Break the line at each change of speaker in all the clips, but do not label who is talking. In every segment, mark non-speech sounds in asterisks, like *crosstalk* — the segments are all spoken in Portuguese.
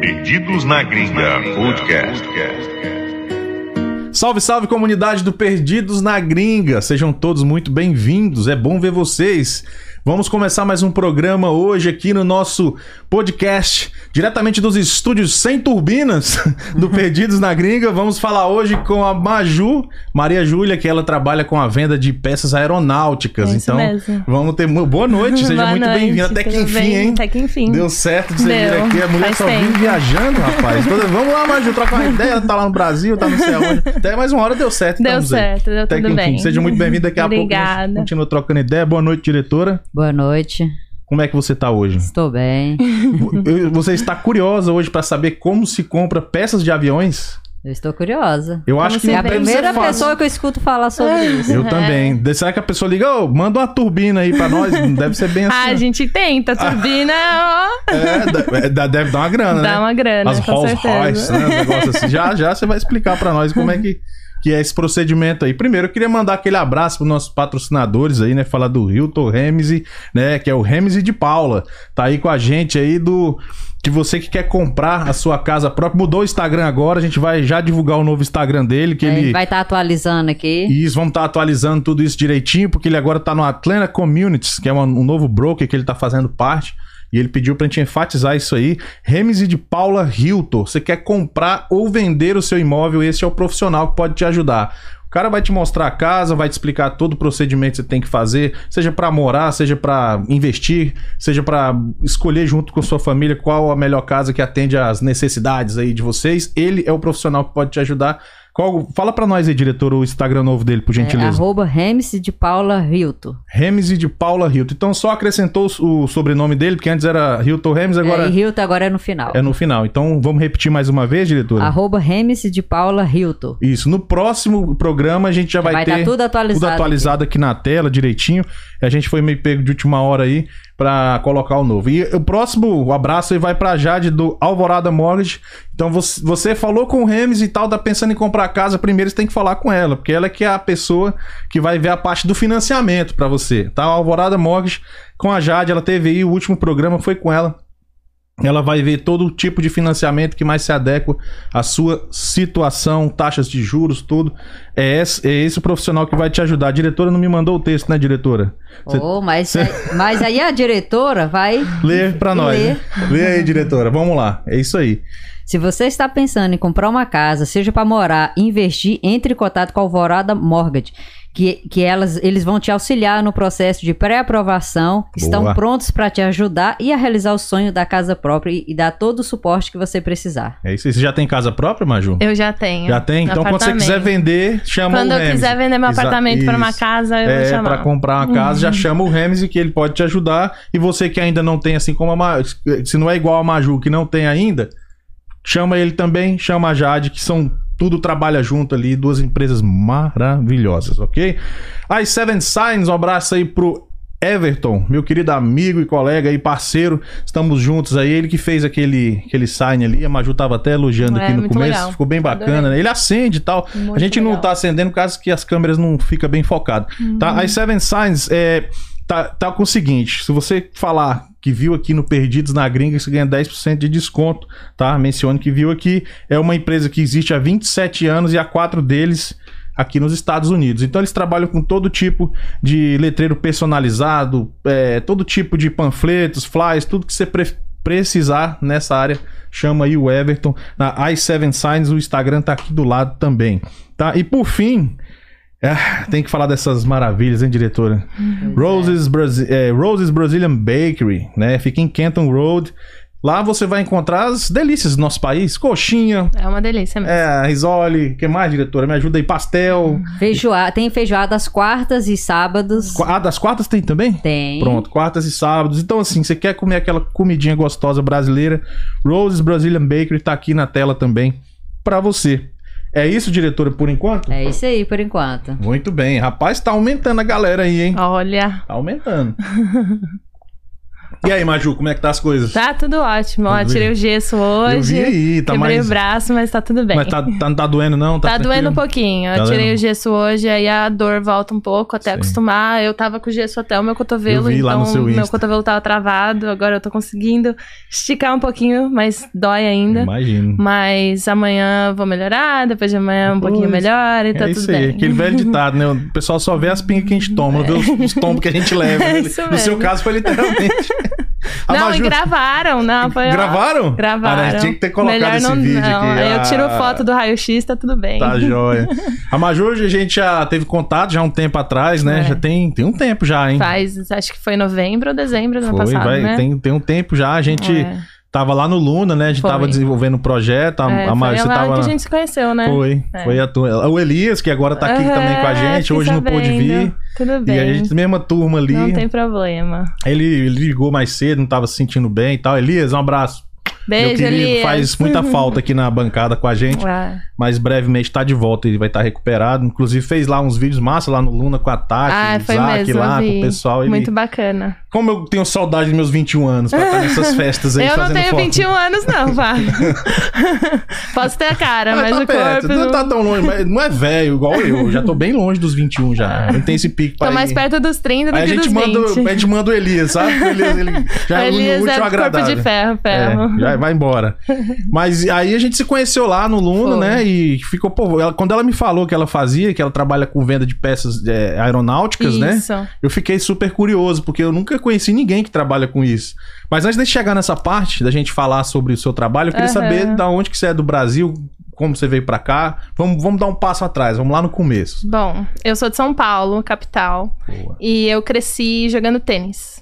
Perdidos na Gringa Podcast.
Salve, salve comunidade do Perdidos na Gringa! Sejam todos muito bem-vindos, é bom ver vocês. Vamos começar mais um programa hoje aqui no nosso podcast, diretamente dos estúdios sem turbinas *laughs* do Perdidos na Gringa. Vamos falar hoje com a Maju, Maria Júlia, que ela trabalha com a venda de peças aeronáuticas.
É isso
então,
mesmo.
vamos ter. mu- Boa noite, seja
Boa
muito
noite,
bem-vinda. Até que
tudo
enfim,
bem?
hein?
Até que enfim.
Deu certo de você vir
Deu,
aqui. A mulher
faz
só vem
tempo.
viajando, rapaz. Toda- Vamos lá, Maju, troca uma ideia. Tá lá no Brasil, tá não sei aonde. Até mais uma hora deu certo.
Deu
estamos aí.
certo, deu
Até
tudo
que, enfim,
bem.
Seja muito bem-vindo daqui a pouco. a gente
Obrigada.
Continua trocando ideia. Boa noite, diretora.
Boa noite,
Como é que você tá hoje?
estou bem.
Vo- eu- você está curiosa hoje pra saber como se compra peças de aviões?
Eu estou curiosa.
Eu acho que
você
É a
deve ser
primeira
fácil.
pessoa que eu escuto falar sobre isso.
É.
Eu também. De- Será que a pessoa liga, ô, manda uma turbina aí pra nós? Não Deve ser bem assim.
*laughs* Ah, a gente tenta, a turbina, ó,
É, da- é, da- deve dar uma grana, né?
dá uma grana,
As
com
Rolls Royce,
certeza.
né? Um negócio assim. Já, já você vai explicar pra nós como é que, que é esse procedimento aí. Primeiro, eu queria mandar aquele abraço pros nossos patrocinadores aí, né? Falar do Hilton Ramsey, né? Que é o Ramsey de Paula. Tá aí com a gente aí do. Que você que quer comprar a sua casa própria. Mudou o Instagram agora, a gente vai já divulgar o novo Instagram dele, que
É,
ele.
Vai estar atualizando aqui.
E isso, vamos estar atualizando tudo isso direitinho, porque ele agora está no Atlanta Communities, que é uma- um novo broker que ele está fazendo parte. E ele pediu para a gente enfatizar isso aí. Remise de Paula Hilton. Você quer comprar ou vender o seu imóvel? Esse é o profissional que pode te ajudar. O cara vai te mostrar a casa, vai te explicar todo o procedimento que você tem que fazer, seja para morar, seja para investir, seja para escolher junto com sua família qual a melhor casa que atende às necessidades aí de vocês. Ele é o profissional que pode te ajudar. Qual, fala pra nós aí, diretor, o Instagram novo dele, por
É,
gentileza.
arroba Remes de Paula Hilton.
Ramsey de Paula Hilton. Então só acrescentou o sobrenome dele, porque antes era Hilton Remes, agora
É, e Hilton agora é no final.
é no final. Então vamos repetir mais uma vez, diretora?
Arroba Remes de Paula Hilton.
Isso. No próximo programa a gente já vai,
Vai
ter
estar tudo atualizado.
tudo atualizado aqui na tela, direitinho. A gente foi meio pego de última hora aí pra colocar o novo. E o próximo abraço aí vai pra Jade do Alvorada Mortgage. Então você, você falou com o Remes e tal, tá pensando em comprar casa, primeiro você tem que falar com ela, porque ela que é a pessoa que vai ver a parte do financiamento pra você, tá? A Alvorada Mortgage com a Jade, ela teve aí o último programa foi com ela. Ela vai ver todo o tipo de financiamento que mais se adequa à sua situação, taxas de juros, tudo. É esse, é esse o profissional que vai te ajudar. A diretora não me mandou o texto, né, diretora? Cê-
Oh, mas, mas aí a diretora vai.
*laughs* Lê pra nós.
Lê.
né? Lê aí, diretora. Vamos lá. É isso aí.
Se você está pensando em comprar uma casa, seja para morar, investir, entre em contato com a Alvorada Mortgage, que, que elas, eles vão te auxiliar no processo de pré-aprovação, estão prontos para te ajudar e a realizar o sonho da casa própria e, e dar todo o suporte que você precisar.
É isso aí. Você já tem casa própria, Maju?
Eu já tenho.
Já tem? Então, quando você
apartamento.
quiser vender, chama
Quando
o
eu
Ramsey.
quiser vender meu
Exa-
apartamento para uma
Isso.
casa, eu vou
É,
chamar. Uhum.
pra comprar uma casa, já chama o Ramsey que ele pode te ajudar. E você que ainda não tem, assim como a Ma... Se não é igual a Maju, que não tem ainda, chama ele também, chama a Jade, que são tudo trabalha junto ali, duas empresas maravilhosas, ok? As Seven Signs, um abraço aí pro Everton, meu querido amigo e colega e parceiro, estamos juntos aí. Ele que fez aquele, aquele sign ali, a Maju tava até elogiando
É,
aqui no
muito
começo,
legal.
ficou bem bacana. né? Ele acende e tal, a gente não tá acendendo por causa que as câmeras não fica bem focado. Tá? As Seven Signs é, tá, tá com o seguinte: se você falar que viu aqui no Perdidos na Gringa, você ganha 10% de desconto, tá? Mencione que viu aqui. É uma empresa que existe há 27 anos e há quatro deles aqui nos Estados Unidos. Então eles trabalham com todo tipo de letreiro personalizado, é, todo tipo de panfletos, flyers, tudo que você pre- precisar nessa área, chama aí o Everton na i7 Signs, o Instagram tá aqui do lado também, tá? E por fim, ah, tem que falar dessas maravilhas, hein, diretora? Roses, Brasi- eh, Roses Brazilian Bakery, né? Fica em Canton Road. Lá você vai encontrar as delícias do nosso país, coxinha,
É uma delícia mesmo.
tá- é, risole, que mais, diretora? Me ajuda aí, pastel.
Feijoada, tem feijoada às quartas e sábados.
Qua- Ah, das quartas tem também?
Tem.
Pronto, quartas e sábados. Então, assim, você quer comer aquela comidinha gostosa brasileira? Roses Brazilian Bakery tá aqui na tela também pra você. É isso, diretora, por enquanto?
É isso aí por enquanto.
Muito
*laughs*
bem. Rapaz, tá aumentando a galera aí, hein?
Olha,
Tá aumentando. E aí, Maju, como é que tá as coisas?
Tá tudo ótimo. Ó,
Tudo
tirei o gesso hoje.
Eu vi aí, tá
quebrei
mais-
o braço, mas tá tudo bem.
Mas tá, tá- não tá doendo, não?
Tá doendo um
tranquilo?
pouquinho.
Tá
eu tirei
doendo?
o gesso hoje, aí a dor volta um pouco até acostumar. Eu tava com gesso até o meu
Eu
cotovelo,
vi
então
lá no seu
meu
Insta.
cotovelo tava travado. Agora eu tô conseguindo esticar um pouquinho, mas dói ainda.
Imagino.
Mas amanhã eu vou melhorar, depois de amanhã um pouquinho
Pois.
melhor e tá
é
tudo
isso aí,
bem.
aquele velho ditado, né? O pessoal só vê as pingas que a gente toma, não vê os, os tombos que a gente leva.
*laughs* É
né?
isso
no seu
mesmo.
caso foi literalmente.
*laughs*
A
Não, e
Maju-
gravaram, não, Ah, foi ó,
Ah, Gravaram?
Gravaram.
Ah, né? tinha que ter colocado
Melhor
esse
não,
vídeo
não.
aqui.
Aí eu tiro
Ah,
foto do raio-x, tá tudo bem.
Tá
*laughs*
joia. A Maju, hoje a gente já teve contato já há um tempo atrás, né?
É.
Já tem, tem um tempo já, hein?
Faz, acho que foi novembro ou dezembro do ano
Foi,
passado,
vai,
né?
tem, tem um tempo já. A gente
É.
tava lá no Luna, né? A gente
Foi.
tava desenvolvendo o projeto. A,
É,
a Maju,
foi
Ah, você
lá
tava.
que a gente se conheceu, né?
Foi,
É.
foi a tua. O Elias, que agora tá aqui
Aham,
também com a gente,
fiquei
hoje não pôde vir.
sabendo. Tudo
E a
bem.
gente, mesma turma ali.
Não tem problema.
Ele, ele ligou mais cedo, não tava se sentindo bem e tal. Elias, um abraço.
Beijo,
Meu querido,
Elias.
faz muita falta aqui na bancada com a gente,
Ah,
mas brevemente tá de volta, ele vai estar recuperado. Inclusive fez lá uns vídeos massa lá no Luna com a Tati,
Ah,
o
foi
Isaac
mesmo, eu
lá, com o
vi.
pessoal. Ele...
Muito bacana.
Como eu tenho saudade dos meus 21 anos pra estar
*laughs*
nessas festas aí
eu não
fazendo
tenho
foto.
21
*laughs*
anos, não, Fábio. Posso ter a cara,
Ah,
mas
tá
o
perto,
corpo.
não tá tão longe, mas não é velho igual eu. eu Já tô bem longe dos 21 já. Não tem esse pique pra
Ah.
ir.
Tô tá mais perto dos 30 do
Aí a
que
gente,
dos
manda,
20.
o- a gente manda o Elias, sabe? O Elias, ele já é
Elias
o útil ao
é corpo
agradável.
de ferro, ferro.
É, já vai
*laughs*
embora. Mas aí a gente se conheceu lá no Luna,
Foi.
né? E ficou, pô, ela- quando ela me falou que ela fazia, que ela trabalha com venda de peças é, aeronáuticas, né?
Isso.
Eu fiquei super curioso, porque eu nunca conheci ninguém que trabalha com isso. Mas antes de chegar nessa parte, da gente falar sobre o seu trabalho, eu queria
Aham.
saber da onde que você é do Brasil, como você veio pra cá. Vamos, vamos dar um passo atrás, vamos lá no começo.
Bom, eu sou de São Paulo, capital,
Boa.
e eu cresci jogando tênis.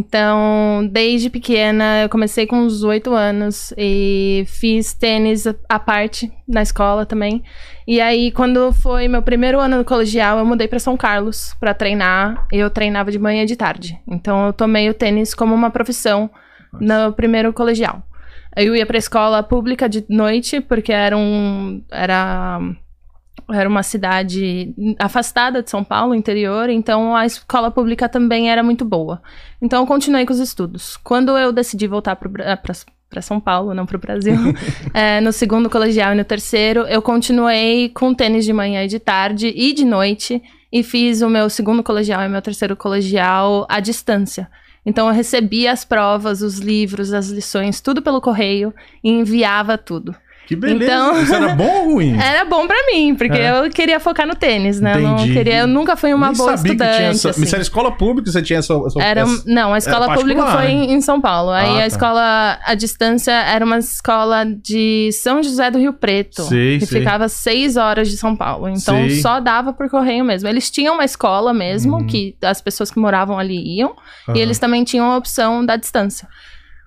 Então, desde pequena, eu comecei com uns oito anos e fiz tênis à parte na escola também. E aí, quando foi meu primeiro ano no colegial, eu mudei pra São Carlos pra treinar. Eu treinava de manhã e de tarde. Então, eu tomei o tênis como uma profissão no primeiro colegial. Eu ia pra escola pública de noite, porque era um. Era era uma cidade afastada de São Paulo, interior, então a escola pública também era muito boa. Então eu continuei com os estudos. Quando eu decidi voltar para São Paulo, não para o Brasil, é, no segundo colegial e no terceiro, eu continuei com tênis de manhã e de tarde e de noite e fiz o meu segundo colegial e meu terceiro colegial à distância. Então eu recebia as provas, os livros, as lições, tudo pelo correio e enviava tudo.
Que beleza!
Então- É,
Isso era bom ou
*laughs*
ruim?
Era bom pra mim, porque
É.
eu queria focar no tênis, né? Eu, não
Entendi.
queria, eu nunca fui uma
Nem
boa
sabia
estudante.
que tinha essa.
assim.
Mas era escola pública, você tinha essa. essa-
Era, um-
essa-
não, a escola pública
particular,
foi em, em São Paulo. Aí
Ah, tá.
a escola à distância era uma escola de São José do Rio Preto.
Sei,
que
sei.
ficava seis horas de São Paulo. Então
Sei.
só dava por correio mesmo. Eles tinham uma escola mesmo,
Uhum.
que as pessoas que moravam ali iam.
Aham.
E eles também tinham a opção da distância.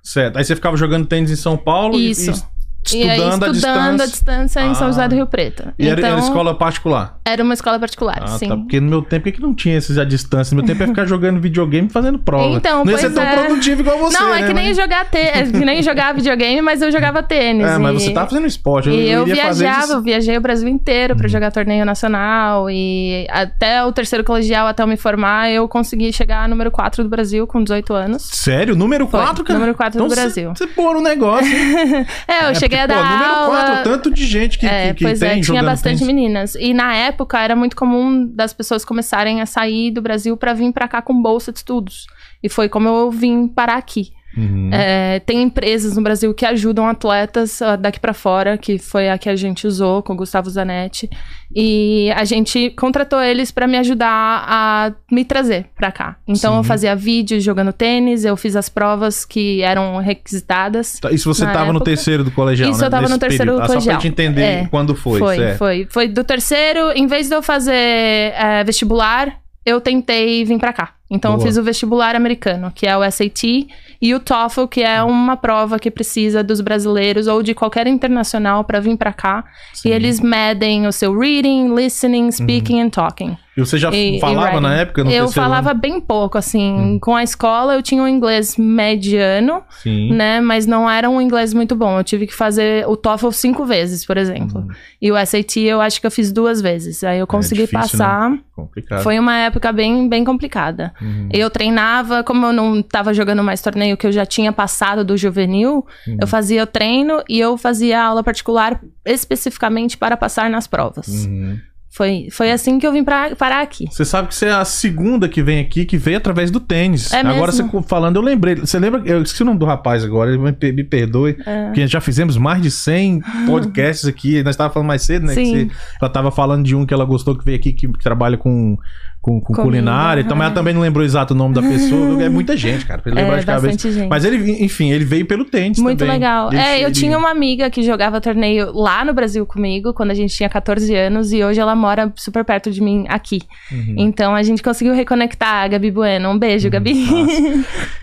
Certo. Aí você ficava jogando tênis em São Paulo e-
Isso.
e,
e aí,
estudando, à
estudando
distância.
à distância em São
Ah.
José do Rio Preto.
E era,
então,
era escola particular.
era uma escola particular,
Ah,
sim.
tá. Porque no meu tempo, por que que não tinha esses à distância? No meu tempo ia ficar jogando videogame e fazendo prova.
Então,
não ia
pois
ser tão
é.
produtivo igual você.
não, é
né?
que nem
mas...
jogar te... é que nem jogar videogame, mas eu jogava tênis.
É, mas
e-
você tava fazendo esporte. Eu,
E eu,
eu iria
viajava,
fazer
eu
isso. Uhum.
viajei o Brasil inteiro pra jogar torneio nacional e até o terceiro colegial, até eu me formar, eu consegui chegar a número 4 do Brasil com 18 anos.
Sério? Número 4, cara?
número quatro do
Então,
Brasil.
Você pôr no negócio. hein?
É, eu
É,
cheguei
porque,
a dar
pô, número
aula.
quatro, tanto de gente que,
É,
que, que
pois
tem
é, tinha
jogando
bastante
tênis.
meninas. E na época era muito comum das pessoas começarem a sair do Brasil pra vir pra cá com bolsa de estudos. E foi como eu vim parar aqui.
Uhum.
É, tem empresas no Brasil que ajudam atletas ah, daqui pra fora, que foi a que a gente usou com o Gustavo Zanetti. E a gente contratou eles pra me ajudar a me trazer pra cá. Então
Sim.
eu fazia vídeos jogando tênis, eu fiz as provas que eram requisitadas.
Tá, Isso você
Na
tava no
época-
terceiro do colegial,
Isso
né?
eu tava
Nesse
no terceiro
período. Ah, Só pra
colegial.
gente entender
É.
quando foi,
foi,
certo.
foi. Foi do terceiro, em vez de eu fazer eh, vestibular, eu tentei vir pra cá. Então
Boa.
eu fiz o vestibular americano, que é o SAT, e o TOEFL, que é uma prova que precisa dos brasileiros ou de qualquer internacional pra vir pra cá.
Sim.
E eles medem o seu reading, listening, speaking and talking.
E você já
E- e
falava
writing.
na época? No
eu
terceiro
falava
ano? Uhum.
bem pouco, assim. Com a escola eu tinha um inglês mediano,
Sim.
né? Mas não era um inglês muito bom. Eu tive que fazer o TOEFL cinco vezes, por exemplo.
Uhum.
E o SAT eu acho que eu fiz duas vezes. Aí eu consegui
É difícil, né?
passar.
Complicado.
Foi uma época bem, bem complicada.
Uhum.
Eu treinava, como eu não tava jogando mais torneio que eu já tinha passado do juvenil,
Uhum.
eu fazia o treino e eu fazia aula particular especificamente para passar nas provas.
Uhum.
Foi, foi assim que eu vim pra, parar aqui.
Você sabe que você é a segunda que vem aqui, que veio através do tênis.
É
agora
mesmo?
você falando, eu lembrei. Você lembra? Eu esqueci o nome do rapaz agora, ele me, pe- me perdoe.
É, Ah.
Porque já fizemos mais de
*gasps*
100 podcasts aqui. Nós estávamos falando mais cedo, né? que
Sim.
você- ela estava falando de um que ela gostou que veio aqui, que, que trabalha com, com, com
Comida.
culinária e tal, mas ela também não lembrou exato o nome da pessoa.
*laughs*
É muita gente, cara, pra ele lembrar
É,
de cabeça.
bastante gente.
Mas ele, enfim, ele veio pelo tênis
Muito
também.
legal.
Ele-
é, eu
ele-
tinha uma amiga que jogava torneio lá no Brasil comigo, quando a gente tinha 14 anos, e hoje ela mora super perto de mim aqui.
Uhum.
Então a gente conseguiu reconectar a Gabi Bueno. Um beijo, Gabi.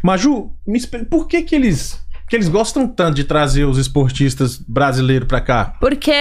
Maju, me explica, por que que eles, que eles gostam tanto de trazer os esportistas brasileiros pra cá?
Porque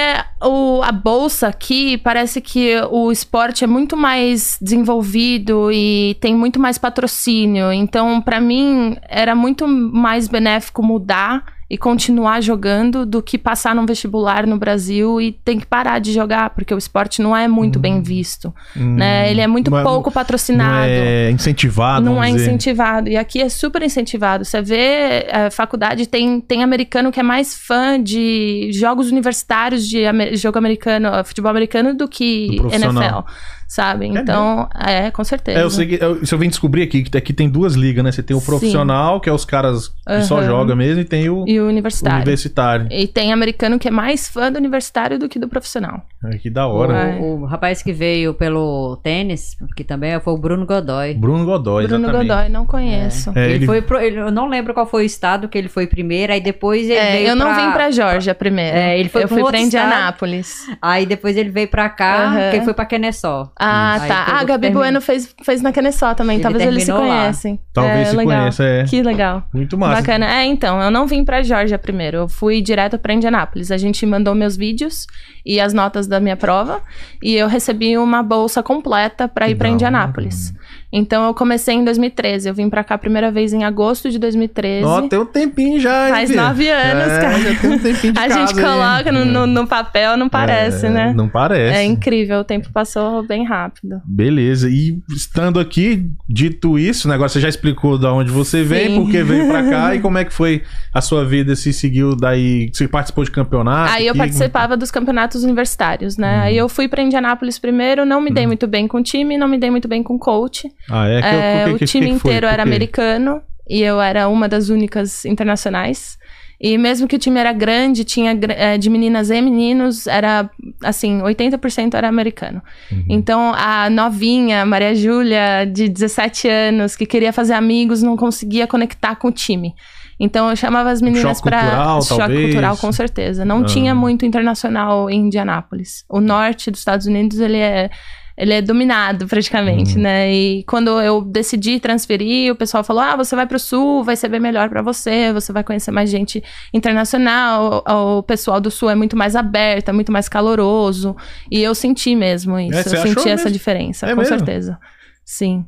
o- a bolsa aqui parece que o esporte é muito mais desenvolvido e tem muito mais patrocínio. Então, pra mim, era muito mais benéfico mudar e continuar jogando do que passar num vestibular no Brasil e tem que parar de jogar, porque o esporte não é muito bem visto. né? Ele é muito
Hum. Não é-
pouco
Não
patrocinado.
é incentivado,
Não
vamos
é
dizer.
incentivado. E aqui é super incentivado. Você vê, a faculdade tem, tem americano que é mais fã de jogos universitários de ame- jogo americano, ah, futebol americano, do que
Do profissional.
NFL, sabe? Então, é, com certeza.
É, eu sei que, eu, isso eu vim descobrir aqui, que aqui tem duas ligas, né? Você tem o
Sim.
profissional, que é os caras que só
Aham.
jogam mesmo, e tem o
E o universitário.
universitário.
E tem americano que é mais fã do universitário do que do profissional.
Ai, Que da hora.
Vai.
O, o rapaz que veio pelo tênis, que também foi o Bruno Godoy.
Bruno Godoy,
Bruno
exatamente.
Godoy, não conheço.
É,
ele,
ele-
foi pro- ele- eu não lembro qual foi o estado que ele foi primeiro, aí depois ele
É,
veio
eu não
pra,
vim pra Georgia primeiro.
É, ele foi
eu
pra
fui
outro
pra
estado. Hum.
Indianápolis.
Aí depois ele veio pra cá,
Aham.
que ele foi pra Kennesaw.
Ah,
Aí
tá.
pegou
Ah, a Gabi
terminou.
Bueno fez, fez na Kennesaw também.
Ele
Talvez eles se
terminou lá.
conhecem.
Talvez
é,
se
legal.
conheça, é.
Que legal.
Muito massa.
Bacana. É, então, eu não vim pra Georgia primeiro. Eu fui direto pra Indianápolis. A gente mandou meus vídeos e as notas da minha prova. E eu recebi uma bolsa completa pra
Que
ir pra
da
Indianápolis. Então, eu comecei em 2013. Eu vim pra cá a primeira vez em agosto de 2013.
Ó, tem um tempinho já, hein,
Faz
Bia?
nove anos,
É,
cara.
já tem um tempinho de
a
casa,
gente
hein?
coloca no, no- no papel, não parece,
É,
né?
Não parece.
É incrível. O tempo passou bem rápido.
Beleza, e estando aqui, dito isso, né, agora você já explicou da onde você vem,
Sim.
porque veio pra
*laughs*
cá e como é que foi a sua vida, se seguiu daí, você participou de campeonato?
Aí eu
aqui?
participava dos campeonatos universitários, né? Aí eu fui pra Indianápolis primeiro, não me dei muito bem com o time, não me dei muito bem com o coach.
Ah, é que eu-
É,
que-
o
que-
time
que foi?
inteiro
Por
era
quê?
americano e eu era uma das únicas internacionais. E mesmo que o time era grande, tinha gr- eh, de meninas e meninos, era assim, 80% era americano.
Uhum.
Então a novinha, Maria Júlia, de 17 anos, que queria fazer amigos, não conseguia conectar com o time. Então eu chamava as meninas
Um choque
pra.
cultural,
choque
talvez.
cultural, com certeza. Não
Ah.
tinha muito internacional em Indianápolis. O norte dos Estados Unidos, ele é, ele é dominado praticamente,
Uhum.
né? E quando eu decidi transferir, o pessoal falou: ah, você vai pro sul, vai ser bem melhor pra você, você vai conhecer mais gente internacional. O, o pessoal do sul é muito mais aberto, é muito mais caloroso. E eu senti mesmo isso.
É, você
eu
achou
senti essa
mesmo?
diferença,
É
com
mesmo?
certeza. Sim.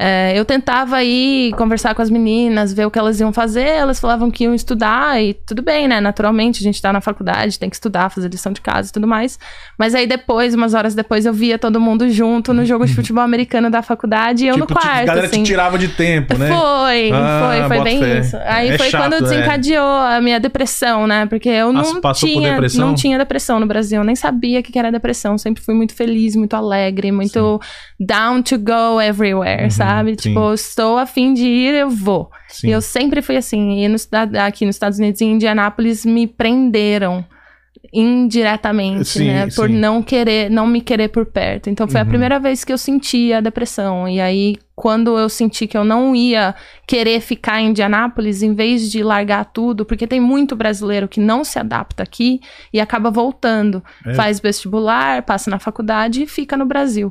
É, eu tentava ir conversar com as meninas, ver o que elas iam fazer. Elas falavam que iam estudar e tudo bem, né? Naturalmente, a gente tá na faculdade, tem que estudar, fazer lição de casa e tudo mais. Mas aí depois, umas horas depois, eu via todo mundo junto no jogo de futebol americano da faculdade e eu no
Uhum. Tipo, te-
quarto,
galera
assim.
te tirava de tempo, né?
Foi,
Ah,
foi, foi
bota
bem
fé.
isso. Aí
É
foi
chato,
quando
né?
desencadeou a minha depressão, né? Porque eu
Ah,
não
passou por
tinha,
depressão?
não tinha depressão no Brasil, eu nem sabia o que que era depressão. Sempre fui muito feliz, muito alegre, muito down to go everywhere,
Uhum,
sabe?
sim.
Tipo, estou a fim de ir, eu vou.
Sim.
E eu sempre fui assim. E no cida- aqui nos Estados Unidos, em Indianápolis, me prenderam indiretamente,
Sim,
né? Por
sim.
não querer, não me querer por perto. Então foi a
Uhum.
primeira vez que eu senti a depressão. E aí, quando eu senti que eu não ia querer ficar em Indianápolis, em vez de largar tudo, porque tem muito brasileiro que não se adapta aqui e acaba voltando.
É.
Faz vestibular, passa na faculdade e fica no Brasil.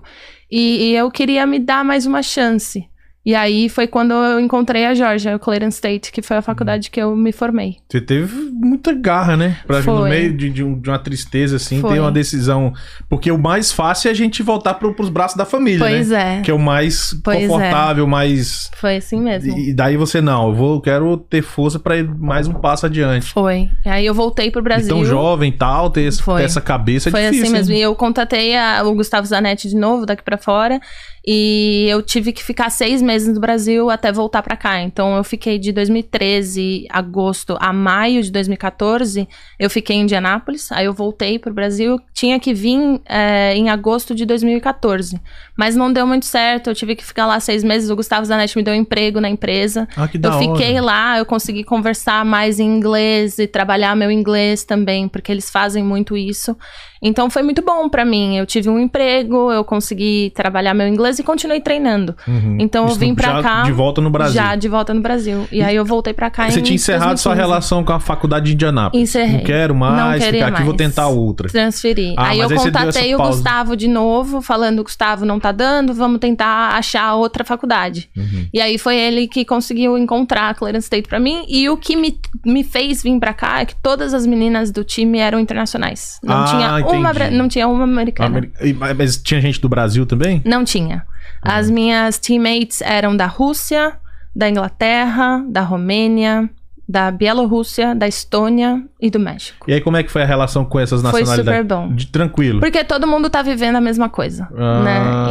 E, e eu queria me dar mais uma chance. E aí foi quando eu encontrei a Georgia, o Clarence State, que foi a faculdade que eu me formei.
Você teve muita garra, né? Pra, no
Foi.
meio de, de um- de uma tristeza, assim,
Foi.
ter uma decisão. Porque o mais fácil é a gente voltar pro, pros braços da família,
Pois
né?
é.
Que é o mais
Pois é.
confortável, mais.
Foi assim mesmo.
E daí você, não, eu vou, quero ter força pra ir mais um passo adiante.
Foi. E aí eu voltei pro
E
Brasil.
tão jovem e tal, ter, esse-
Foi.
ter essa cabeça é
Foi
difícil.
assim mesmo.
hein?
E eu contatei a- o Gustavo Zanetti de novo daqui pra fora. E eu tive que ficar seis meses no Brasil até voltar pra cá. Então eu fiquei de 2013, agosto a maio de 2014. Eu fiquei em Indianápolis. Aí eu voltei pro Brasil. Tinha que vir eh, em agosto de 2014. Mas não deu muito certo. Eu tive que ficar lá seis meses. O Gustavo Zanetti me deu um emprego na empresa.
Ah, que da
Eu fiquei
hora.
lá, eu consegui conversar mais em inglês e trabalhar meu inglês também, porque eles fazem muito isso. Então foi muito bom pra mim. Eu tive um emprego, eu consegui trabalhar meu inglês e continuei treinando.
Uhum.
Então eu
Isso
vim pra
já
cá
De volta no Brasil.
já de volta no Brasil. E, aí eu voltei pra cá
Você
em
tinha encerrado sua
2015.
relação com a faculdade de Indianápolis.
Encerrei.
Não quero mais
queria
ficar aqui, vou
mais.
tentar outra.
Transferi.
Ah,
aí eu
mas aí você deu
contatei
essa
o
pausa.
Gustavo de novo, falando: Gustavo, não tá dando, vamos tentar achar outra faculdade.
Uhum.
E aí foi ele que conseguiu encontrar a Clarence State pra mim. E o que me, me fez vir pra cá é que todas as meninas do time eram internacionais. Não,
Ah,
tinha, uma,
entendi.
bra- não tinha uma americana.
Ameri- e- mas- Mas tinha gente do Brasil também?
Não tinha.
Uhum.
As minhas teammates eram da Rússia, da Inglaterra, da Romênia, da Bielorrússia, da Estônia e do México.
E aí, como é que foi a relação com essas
Foi super
nacionalidades?
bom.
De tranquilo.
Porque todo mundo tá vivendo a mesma coisa,
Ah,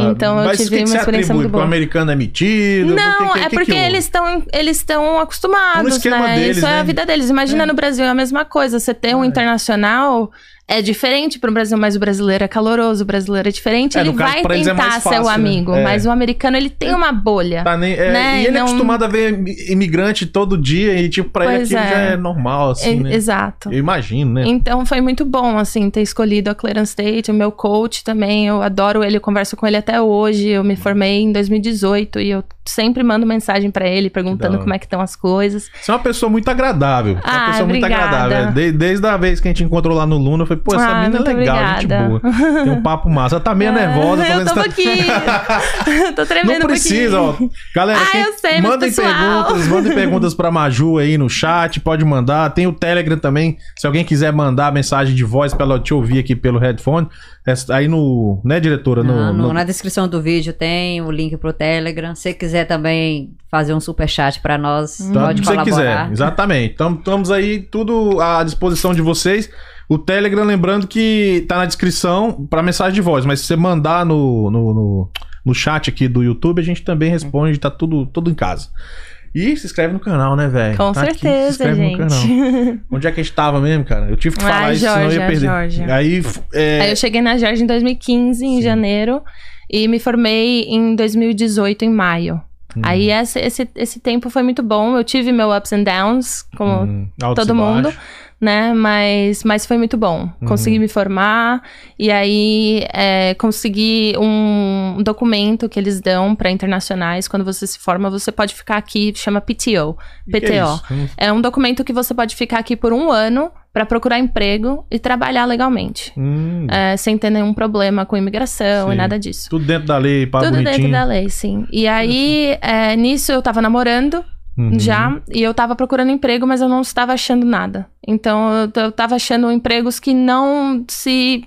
né? Então eu
mas
tive
o que que
uma
você
experiência
atribui?
muito
O
boa.
americano é metido? O
Não,
que que-
é
que que
porque
houve?
eles estão eles estão
No
acostumados,
esquema
né?
deles,
Isso é
né? É.
a vida deles. Imagina no Brasil é a mesma coisa. Você ter um internacional é diferente pro Brasil, mas o brasileiro é caloroso, o brasileiro é diferente.
É,
ele
no caso,
vai
pra eles é
tentar
mais
ser o
fácil, né?
amigo,
É.
mas o americano ele tem uma bolha.
Tá nem- é,
né,
E ele é
não-
acostumado a ver im- imigrante todo dia e, tipo, pra ele
Pois
aquilo
é.
já é normal, assim,
E-
né?
Exato.
Eu imagino, né?
Então foi muito bom, assim, ter escolhido a Clarence State, o meu coach também. Eu adoro ele, eu converso com ele até hoje. Eu me formei em 2018 e eu sempre mando mensagem pra
Que
ele
da
perguntando
hora.
como é que estão as coisas.
Você é uma pessoa muito agradável. é uma
Ah,
pessoa muito
obrigada.
agradável. é. De- desde a vez que a gente encontrou lá no Luna, eu falei, pô, essa
Ah,
mina é
muito
legal, gente boa.
obrigada.
Tem um papo massa. Ela tá
*laughs*
meio nervosa.
Ah,
pelo
Eu
menos
tô
tá-
aqui.
*laughs*
tô tremendo
Não precisa,
um
ó.
pouquinho.
*laughs* Galera,
Ah,
quem-
eu sei, mas
mandem
pessoal.
perguntas, mandem perguntas pra Maju aí no chat, pode mandar. Tem o Telegram também, se alguém quiser mandar mensagem de voz pra ela te ouvir aqui pelo headphone. É Aí no, né, diretora, no,
Ah, no-
no-
Na descrição do vídeo tem o link pro Telegram. Se quiser também fazer um superchat pra nós,
Tá,
pode
se você
colaborar.
quiser, exatamente. Estamos aí tudo à disposição de vocês. O Telegram, lembrando que tá na descrição para mensagem de voz, mas se você mandar no, no, no, no chat aqui do YouTube, a gente também responde, tá tudo, tudo em casa. E se inscreve no canal, né, velho?
Com
Tá aqui, se
certeza,
inscreve no canal.
gente.
Onde é que a gente tava mesmo, cara? Eu tive que falar
Ai,
isso, senão eu ia
Jorge,
perder.
Jorge.
Aí, f- é,
Aí eu cheguei na Georgia em 2015, em
Sim.
janeiro, e me formei em 2018, em maio.
Uhum.
Aí é esse, esse, esse tempo foi muito bom. Eu tive meu ups and downs, como
hum, altos e
todo mundo,
baixos.
né? Mas, mas foi muito bom.
Uhum.
Consegui me formar e aí é, consegui um documento que eles dão para internacionais. Quando você se forma, você pode ficar aqui, chama PTO.
E que é
PTO.
isso? Hum,
É um documento que você pode ficar aqui por um ano para procurar emprego e trabalhar legalmente.
hum,
é, sem ter nenhum problema com imigração
Sim.
e nada disso.
Tudo dentro da lei, pá,
Tudo
bonitinho.
dentro da lei, sim. E aí, é, nisso eu tava namorando,
Uhum.
já, e eu tava procurando emprego, mas eu não estava achando nada. Então eu, t- eu tava achando empregos que não se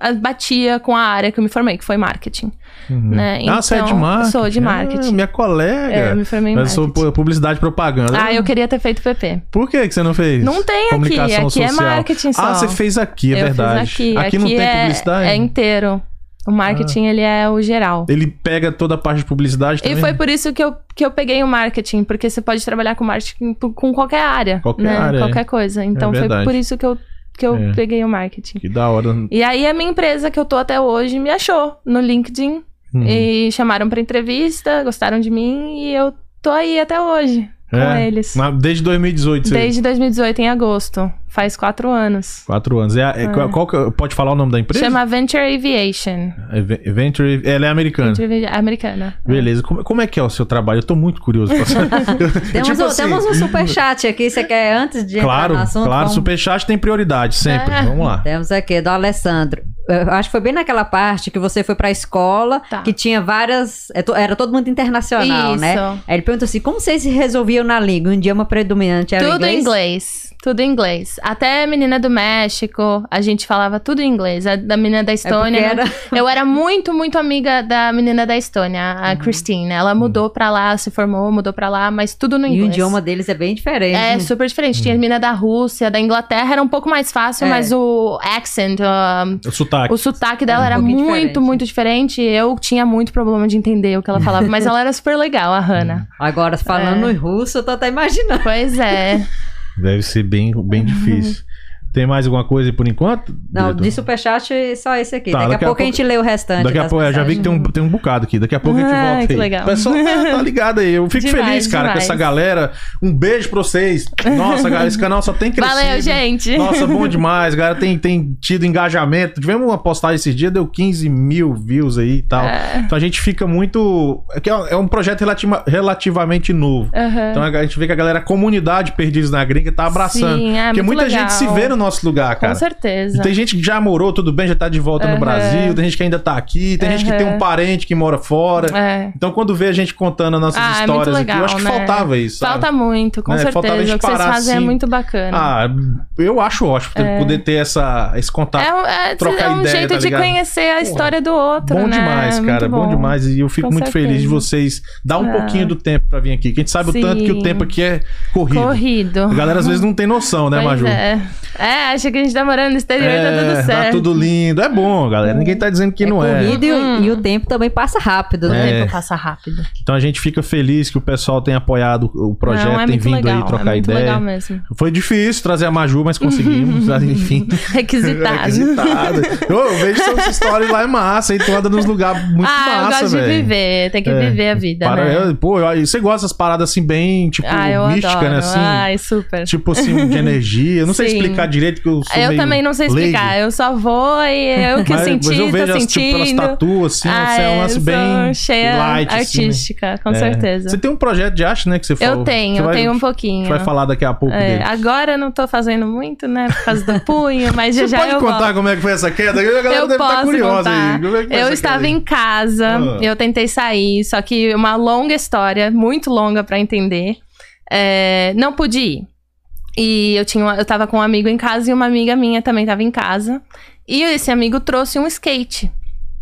a- batia com a área que eu me formei, que foi marketing.
Uhum.
né?
ah, você é de
Então,
marketing?
sou de
Ah,
marketing.
minha
É, eu
colega.
me formei em
eu sou um
marketing.
pu- publicidade e propaganda.
Ah, eu queria ter feito PP.
Por que, que você não fez?
Não tem aqui,
Comunicação
aqui é
social.
marketing só.
Ah, você fez aqui, é
Eu fiz
verdade.
aqui.
não tem
é,
publicidade?
É inteiro. O marketing, ele é o geral.
Ele pega toda a parte de publicidade também?
E foi por isso que eu, que eu peguei o marketing, porque você pode trabalhar com marketing por- com qualquer área.
Qualquer
né?
área, é.
Qualquer coisa. Então
verdade.
foi por isso que eu, que eu
É.
peguei o marketing.
Que da hora. Hum.
E aí a minha empresa que eu tô até hoje me achou no LinkedIn
Uhum.
e chamaram pra entrevista, gostaram de mim e eu tô aí até hoje com
É.
eles.
Na- Desde 2018, você...
Desde 2018, em agosto. Faz quatro anos.
Quatro anos. É, a- é- Qual, qual que- pode falar o nome da empresa?
Chama Venture Aviation.
É Ve- Venture... Ela é americana.
Venture Avi- Americana.
Beleza. Como, como é que é o seu trabalho? Eu tô muito curioso. pra saber.
*laughs*
Temos,
Tipo
um,
assim,
temos
*laughs*
um superchat aqui, você quer antes de entrar
Claro,
no assunto?
claro.
Vamos-
Superchat tem prioridade sempre.
É.
Vamos lá.
Temos aqui, do Alessandro. eu acho que foi bem naquela parte que você foi pra escola,
Tá.
que tinha várias. é to- Era todo mundo internacional,
Isso.
né? Aí ele perguntou assim: como vocês se resolviam na língua? Um idioma predominante era
Tudo
inglês?
em inglês. Tudo em inglês. Até a menina do México, a gente falava tudo em inglês. A da menina da
É porque
Estônia. né?
era...
Eu era muito, muito amiga da menina da Estônia,
Uhum.
a Christine. né? Ela mudou pra lá, se formou, mudou pra lá, mas tudo no
E o
inglês.
idioma deles é bem diferente.
É, super diferente. Tinha a menina da Rússia, da Inglaterra, era um pouco mais fácil,
É.
mas o accent, ah,
O sotaque.
o sotaque dela
Era
era
um pouquinho
muito,
diferente.
muito diferente. Eu tinha muito problema de entender o que ela falava, mas ela era super legal, a
*laughs*
Hannah.
Agora, falando
É.
em russo, eu tô até imaginando.
Pois é.
Deve ser bem,
*laughs*
bem difícil. Tem mais alguma coisa aí por enquanto?
Não,
diretor?
de superchat é só esse aqui.
Tá,
daqui,
daqui
a
a
pouco a
pouco-
gente lê o restante.
Daqui a
das
pouco, eu já vi
mensagens.
que tem um, tem um bocado aqui. Daqui a pouco a gente
*laughs* Ah,
volta
que
aí.
legal.
O pessoal tá, tá ligado aí. Eu fico
Demais,
feliz, cara,
demais.
com essa galera. Um beijo pra vocês. Nossa, cara, esse canal só tem crescido.
Valeu, gente.
Nossa, bom demais, galera. Tem, tem tido engajamento. Tivemos uma postagem esses dias, deu 15 mil views aí e tal.
É.
Então a gente fica muito. é que É é um projeto relativa- relativamente novo.
Aham.
Então a gente vê que a galera, a comunidade Perdidos na Gringa, tá abraçando.
Sim, é
porque
muito
muita
legal.
gente se vê no nosso lugar, cara.
Com certeza.
Tem gente que já morou, tudo bem, já tá de volta no
Aham.
Brasil, tem gente que ainda tá aqui, tem gente que tem um parente que mora fora.
É.
Então, quando vê a gente contando as nossas
Ah, é muito
histórias aqui, eu
legal,
acho que
né?
faltava isso. sabe?
Falta muito, com
Né, faltava a
certeza.
gente
O que vocês
parar
fazem é
assim.
muito bacana.
Ah, eu acho ótimo ter- poder ter essa, esse contato.
é, um- é-
tá. trocar
é um
ideia,
jeito
tá
de
ligado?
conhecer a história do outro,
bom
né?
demais,
Muito
cara. Bom. demais. E eu fico
Com
muito feliz de
certeza. É.
vocês dar um pouquinho do tempo pra vir aqui. Que a gente sabe o tanto que o
Sim.
tempo aqui é corrido.
Corrido.
A galera às vezes não tem noção, né,
Pois
Maju?
é. é, acha que a gente tá morando no exterior, tá
É,
tudo certo.
Tá tudo lindo. É bom, galera. Ninguém tá dizendo que
É
não é.
corrido e, o- e o tempo também passa rápido,
Hum. O
né?
É.
tempo passa rápido.
Então a gente fica feliz que o pessoal tem apoiado o projeto,
Não, é
tem
muito
vindo
legal,
aí trocar
é muito
ideia. *laughs*
legal mesmo. *laughs*
Foi difícil trazer a Maju, mas conseguimos. né? Enfim.
Tá. Requisitado.
Requisitado. Ô, eu vejo suas histórias lá, é massa. E tu anda nos lugares muito
ah,
massa,
eu gosto de
velho.
viver, tem que
É,
viver a vida,
Para-
né?
eu- pô, eu- você gosta dessas paradas assim, bem, tipo,
ah, eu
mística,
adoro.
né? Assim,
Ai, super.
Tipo assim, de energia. Eu não sei
Sim.
explicar direito que eu sou
eu
meio
também não sei explicar,
leigo.
eu só vou e eu que
*laughs* mas,
senti,
mas eu vejo
tô
as, tipo,
sentindo.
pelas tatuas, assim,
ah,
você é um
é,
lance
sou
bem
cheia
light, assim, né?
artística, com
É.
certeza.
Você tem um projeto de arte, né, que você falou.
Eu tenho,
Você
eu
vai-
tenho um
A
pouquinho.
gente vai falar daqui a pouco
É,
dele.
agora eu não tô fazendo muito, né? Por causa do punho,
*laughs*
mas já
Você
já
pode
eu
contar
volto.
como é que foi essa queda? A galera
Eu
deve estar
posso
curiosa
contar.
aí. Como é que foi
Eu
essa
estava
queda aí?
em casa,
Ah.
eu tentei sair, só que uma longa história, muito longa pra entender. É, não pude ir. E eu tinha, uma- eu tava com um amigo em casa e uma amiga minha também tava em casa. E esse amigo trouxe um skate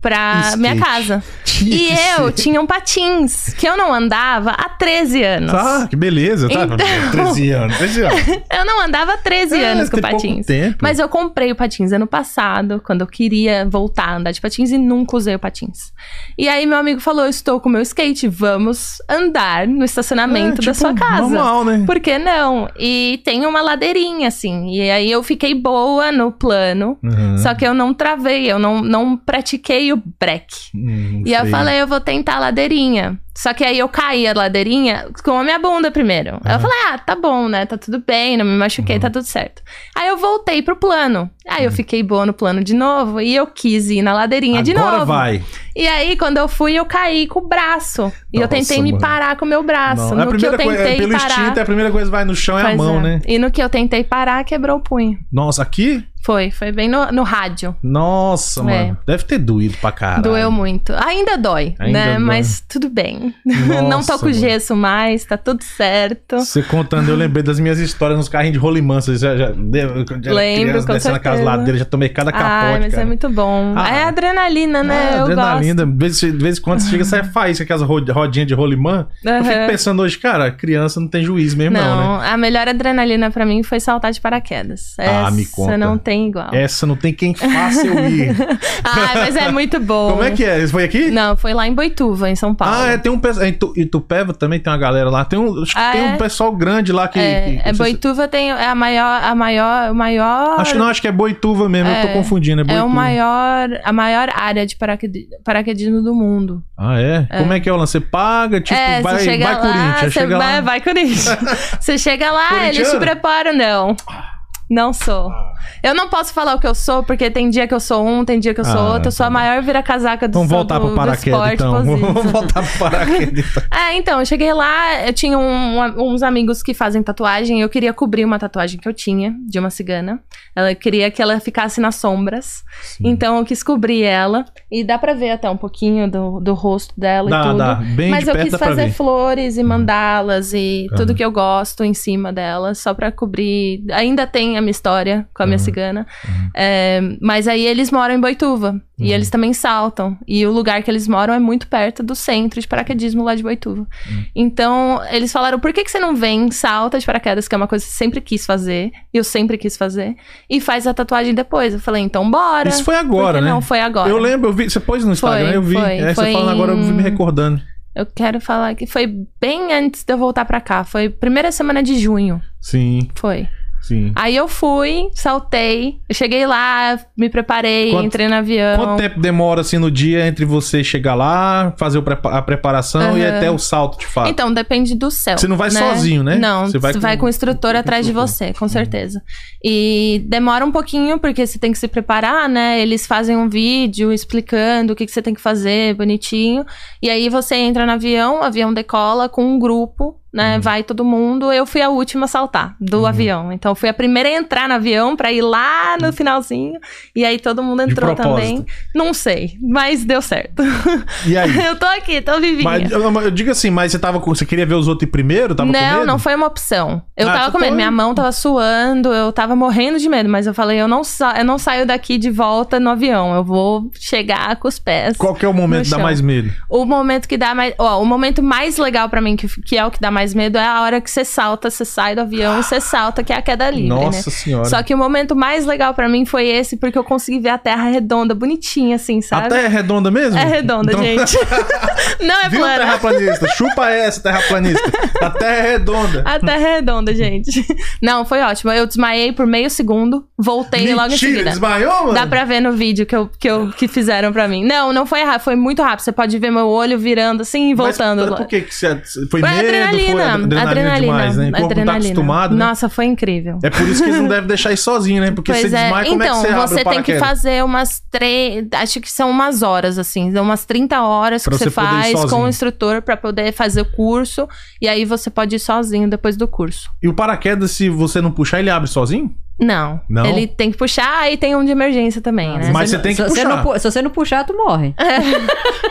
pra
Skate.
minha casa. E eu tinha um patins que eu não andava há 13 anos.
Tá, que beleza. Tá,
Então-
13 anos. 13
*laughs*
anos.
Eu não andava há 13
É,
anos
tem
com
pouco
patins.
Tempo.
Mas eu comprei o patins ano passado, quando eu queria voltar a andar de patins e nunca usei o patins. E aí meu amigo falou: "Eu estou com meu skate, vamos andar no estacionamento
É,
da
tipo,
sua casa.
Normal, né?
Por que não? E tem uma ladeirinha assim. E aí eu fiquei boa no plano,
Uhum.
só que eu não travei, eu não, não pratiquei o break.
Hum,
E eu
sei.
falei, eu vou tentar a ladeirinha. Só que aí eu caí a ladeirinha com a minha bunda primeiro. Aí
Ah.
eu falei, ah, tá bom, né? Tá tudo bem, não me machuquei, tá tudo certo. Aí eu voltei pro plano. Aí
Uhum.
eu fiquei boa no plano de novo e eu quis ir na ladeirinha
Agora
de novo.
vai.
E aí, quando eu fui, eu caí com o braço. E eu
Nossa,
tentei me
mano.
parar com o meu braço.
Não, É
No
a
que eu
primeira
tentei
coisa, pelo
parar.
instinto, a primeira coisa que vai no chão é a
Pois
mão,
é.
né?
E no que eu tentei parar, quebrou o punho.
Nossa, aqui?
Foi, foi bem no, no rádio.
Nossa,
É.
mano. Deve ter doído pra caralho.
Doeu muito. Ainda dói,
Ainda
né?
dói.
Mas tudo bem. *laughs*
Nossa,
não tô com
mano.
gesso mais, tá tudo certo.
Você contando, eu lembrei das minhas histórias nos carrinhos de rolimância. Já, já, eu já era
Lembro,
criança,
com
descendo aquelas
certeza.
ladeiras, já tomei cada tá capote,
Ai, mas
cara.
é muito bom.
Ah.
é adrenalina, né?
Ah,
eu
adrenalina. De vez, de vez em quando você chega, sai faísca, aquelas ro- rodinhas de rolimã. Eu
Aham.
fico pensando hoje, cara, criança não tem juiz
gosto.
mesmo, não, né?
Não, a melhor adrenalina pra mim foi saltar de paraquedas.
Ah,
Essa
me conta. É.
não tem igual.
Essa não tem quem faça eu
*laughs*
ir.
Ai, mas
*laughs*
é muito bom.
Como é que é? Isso foi aqui?
Não, foi lá em Boituva, em São Paulo.
Ah, é, tem um pessoal. Em Tu- em Itupeva também tem uma galera lá. Tem um, acho que
Ah,
tem
é?
um pessoal grande lá que.
É,
que-
é
não sei se-
Boituva tem é a maior, a maior, o maior.
Acho que não, acho que é Boituva mesmo. eu tô
É.
confundindo. É,
é
Boituva.
o maior, a maior área de paraquedi- paraquedismo do mundo.
Ah, é? Como é que é o lance? Você paga, tipo,
é,
vai,
você chega
vai
lá,
Corinthians.
você
Chega *laughs*
vai,
lá.
vai Corinthians. você chega lá, eles te
Corintiano?
preparam, não. Não sou. Eu não posso falar o que eu sou, porque tem dia que eu sou um, tem dia que eu sou
Ah,
outro. Eu sou a
tá
maior vira-casaca do,
Vamos voltar
do,
pro
do
paraquedas,
esporte
então. *laughs*
positivo.
Vamos voltar pro
*laughs*
paraquedas, então.
É, então, eu cheguei lá, eu tinha um- um- uns amigos que fazem tatuagem, eu queria cobrir uma tatuagem que eu tinha, de uma cigana. Ela eu queria que ela ficasse nas sombras. Então eu quis cobrir ela. E dá pra ver até um pouquinho do, do rosto dela e
Dá,
tudo.
dá. Bem
Mas
de
eu
perto
quis
dá pra
fazer
ver. Uhum.
flores e mandalas e
Aham.
tudo que eu gosto em cima dela, só pra cobrir. Ainda tem a minha história com a minha
Aham.
cigana. É, mas aí eles moram em Boituva. E
Uhum.
eles também saltam. E o lugar que eles moram é muito perto do centro de paraquedismo lá de Boituva.
Uhum.
Então, eles falaram: por que, que você não vem, salta de paraquedas, que é uma coisa que você sempre quis fazer, e eu sempre quis fazer, e faz a tatuagem depois? Eu falei: então bora.
Isso foi
Por que
agora, né?
Não, foi agora.
Eu lembro, eu vi, você pôs no Instagram,
Foi,
eu vi.
foi,
é, você
foi
falando agora, eu vi me recordando.
Eu quero falar que foi bem antes de eu voltar pra cá. Foi primeira semana de junho.
Sim,
Foi.
sim.
Aí eu fui, saltei. Eu cheguei lá, me preparei,
Quanto-
entrei no avião.
Quanto tempo demora assim no dia entre você chegar lá, fazer o prepa- a preparação e
Aham.
até o salto de fato?
Então, depende do céu.
Ah. Você não vai sozinho, né?
Não,
Você
você
vai
vai,
com-
com o instrutor
com o
atrás de
instrutor. Uhum.
você, com certeza. E demora um pouquinho, porque você tem que se preparar, né? Eles fazem um vídeo explicando o que, que você tem que fazer, bonitinho. E aí você entra no avião, o avião decola com um grupo, né?
Uhum.
Vai todo mundo. Eu fui a última a saltar do avião. Então, eu fui a primeira a entrar no avião pra ir lá no finalzinho. E aí todo mundo
Uhum. De
entrou
propósito.
também. Não sei, mas deu certo.
E
*laughs*
aí?
eu tô aqui, tô vivinha.
Mas, eu, eu digo assim, mas você tava com. Você queria ver os outros ir primeiro? Tava com
não,
medo?
não foi uma opção. Eu
Ah,
tava
você
com medo,
foi-
minha mão tava suando, eu tava morrendo de medo, mas eu falei, eu não, sa- eu não saio daqui de volta no avião, eu vou chegar com os pés.
Qual que é o momento que dá
chão.
mais medo?
O momento que dá mais, ó, o momento mais legal pra mim que, que é o que dá mais medo é a hora que você salta, você sai do avião e você salta, que é a queda livre, né?
Nossa senhora.
Só que o momento mais legal pra mim foi esse, porque eu consegui ver a terra redonda, bonitinha assim, sabe?
A terra é redonda mesmo?
É redonda,
Então-
gente. não
*laughs*
é
Viu,
plana.
terraplanista? Chupa essa, terraplanista. A terra é redonda.
A terra é redonda, gente. *laughs* Não, foi ótimo. Eu desmaiei por meio segundo, voltei
Mentira,
logo em seguida.
desmaiou, mano?
Dá pra ver no vídeo que, eu, que, eu, que fizeram pra mim. Não, não foi rápido, foi muito rápido. Você pode ver meu olho virando assim e voltando.
Mas, por que que você... Foi, medo? Foi adrenalina,
adrenalina.
demais, né? O corpo não tá
adrenalina.
acostumado, né?
Nossa, foi incrível.
É por isso que eles não devem deixar isso sozinho, né? Porque se
pois é,
desmaia, como é
então,
que você abre o
você tem que
paraquedas?
fazer umas três. Acho que são umas horas, assim, são umas 30 horas
Pra
que
você
você
poder ir
faz com
sozinho.
o instrutor pra poder fazer o curso. E aí você pode ir sozinho depois do curso.
E o paraquedas, se você não puxar, ele abre sozinho?
Não.
Não? Ah,
Ele tem que puxar e tem um de emergência também, né? É.
Mas você
não-
tem que
se você
puxar.
não pu- se você não puxar, tu morre.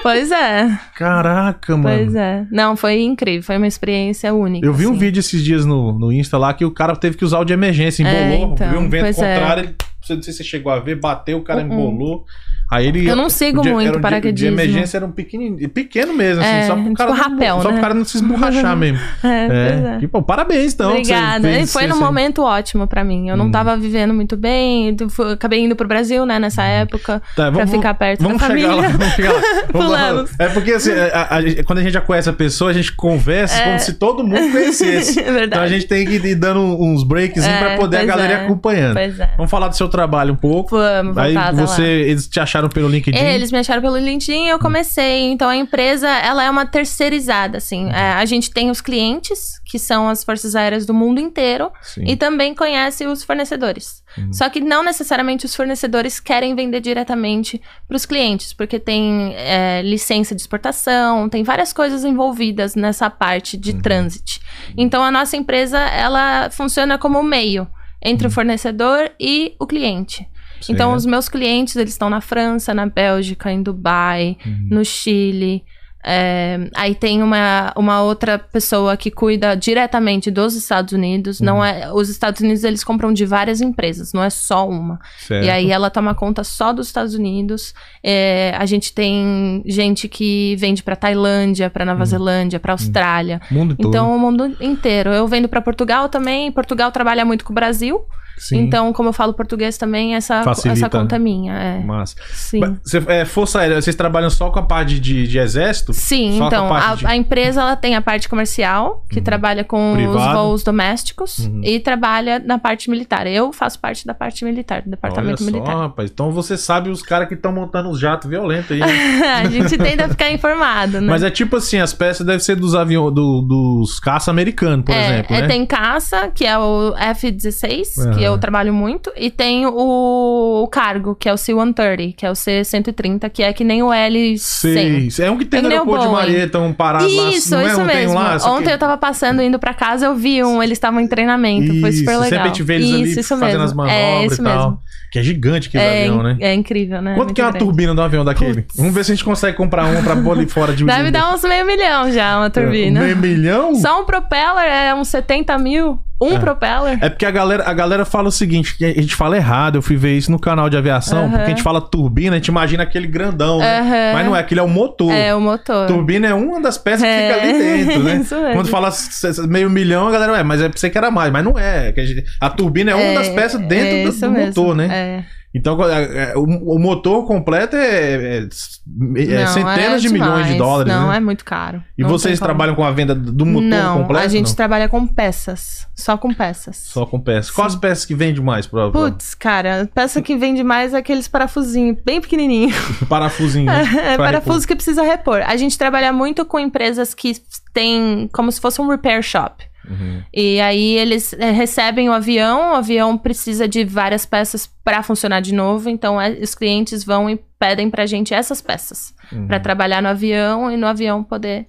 Pois é,
Caraca, mano.
pois é. Não, foi incrível, foi uma experiência única.
Eu vi um
assim.
vídeo esses dias no, no Insta lá que o cara teve que usar o de emergência,
É,
embolou,
então,
viu um vento
pois é.
contrário, ele, você- não sei se você chegou a ver, bateu, o cara
Uh-uh.
embolou. Aí ele.
Eu não sigo
o de-
muito
era um de-
paraquedismo.
O de emergência era um pequeno, pequeno mesmo, assim,
É,
só pro
tipo
cara. não-
rapel,
só pro
né?
cara não se esborrachar
*laughs*
mesmo.
É, pois
É.
é.
Que, pô, parabéns, então. que você
Obrigada.
fez
E foi
isso assim. Hum.
num
aí.
momento ótimo pra mim. Eu não tava vivendo muito bem. eu fu- Acabei indo pro Brasil, né, nessa época.
Tá,
pra ficar perto
vamos
da
chegar
família.
Lá, vamos
*laughs*
chegar lá. Vamos lá.
Pulamos.
É porque assim, a- a- a- quando a gente já conhece a pessoa, a gente conversa como se todo mundo
*laughs*
conhecesse.
É verdade.
Então a gente tem que ir dando uns breaks
É,
pra poder a
pois
galera ir
é.
acompanhando.
Pois é.
Vamos falar do seu trabalho um pouco.
Vamos
Aí
voltar até
você,
lá.
eles te acharam pelo LinkedIn. Hum.
É, Eles me acharam pelo LinkedIn e eu comecei. Então, a empresa, ela é uma terceirizada, assim. É, a gente tem os clientes, que são as forças aéreas do mundo inteiro.
Sim.
E também conhece os fornecedores. Só que não necessariamente os fornecedores querem vender diretamente para os clientes, porque tem é, licença de exportação, tem várias coisas envolvidas nessa parte de trânsito. Então a nossa empresa ela funciona como um meio entre o fornecedor e o cliente. Então os meus clientes eles estão na França, na Bélgica, em Dubai,
Uhum.
no Chile. É, aí tem uma, uma outra pessoa que cuida diretamente dos Estados Unidos.
Uhum.
Não é, os Estados Unidos eles compram de várias empresas, não é só uma.
Certo.
E aí ela toma conta só dos Estados Unidos. É, a gente tem gente que vende pra Tailândia, pra
Uhum.
Nova Zelândia, pra Austrália.
Mundo todo.
Então o mundo inteiro. Eu vendo pra Portugal também. Portugal trabalha muito com o Brasil.
Sim.
Então como eu falo português também essa
Facilita, né?
essa conta é minha. É.
Massa.
Sim.
Mas você- é, Força Aérea, vocês trabalham só com a parte de, de exército?
Sim,
Só com
então,
a parte
a,
de- Uhum.
a empresa ela tem a parte comercial, que trabalha com os
Privado.
voos domésticos,
Uhum.
e trabalha na parte militar. Eu faço parte da parte militar, do
Olha
departamento
só,
militar. *laughs*
rapaz. Então você sabe os caras que estão montando os jatos violentos aí. né?
Ah, a gente tenta ficar informado, né?
Mas é tipo assim, as peças devem ser dos aviões, dos caça americanos, por
é,
exemplo,
é,
né?
tem caça, que é o F-16,
Aham.
que eu trabalho muito. E tem o, o cargo, que é o C-130, que é o C-130, que é que nem o L100.
Seis. É um que tem
É
no
que nem o
aeroporto de
Boeing.
Marieta, um parado lá.
Isso,
não é?
isso
Não tem um
mesmo.
lá, só que-
Ontem eu tava passando, indo pra casa, eu vi um, eles estavam em treinamento, foi
Isso,
super legal.
Sempre te vê eles ali fazendo as manobras
é,
e
isso
tal.
mesmo.
Que é gigante aquele
É,
avião, né?
in- é incrível, né?
Quanto
Muito
que é uma
grande.
turbina do avião daquele? Vamos ver se a gente consegue comprar um pra pôr ali fora de
Deve dar uns meio milhão já, uma turbina.
É, um Meio milhão?
Só um propeller é uns 70 mil. Um
É.
propeller.
É porque a galera, a galera fala o seguinte, que a gente fala errado, eu fui ver isso no canal de aviação,
Aham.
porque a gente fala turbina, a gente imagina aquele grandão, né?
Aham.
Mas não é, aquele é o motor.
É, o motor.
Turbina é uma das peças que
É,
fica ali dentro, né?
*laughs* isso mesmo.
Quando fala s- s- meio milhão, a galera, ué, mas é pra você que era mais, mas não é. que a gente- A turbina é uma das peças dentro
é
do-
isso
do
mesmo,
motor, né?
É.
Então, a- a- o, o motor completo é, é- é
Não,
centenas
é
de milhões de
demais.
dólares,
Não,
né?
é muito caro.
E
Não
vocês
tem como.
trabalham com a venda do motor
não,
completo?
a gente tá
não?
trabalha com peças. Só com peças.
Só com peças. Quais peças que vende mais? Pra, pra-
Putz, cara, a peça que vende mais é aqueles parafusinhos bem pequenininhos. *laughs*
*laughs* Parafusinho. né?
É,
Pra
parafuso que precisa repor. A gente trabalha muito com empresas que têm como se fosse um repair shop.
Uhum.
E aí eles eh, recebem o avião, o avião precisa de várias peças para funcionar de novo, então é, os clientes vão e pedem pra gente essas peças
repor. Uhum.
Pra trabalhar no avião e no avião poder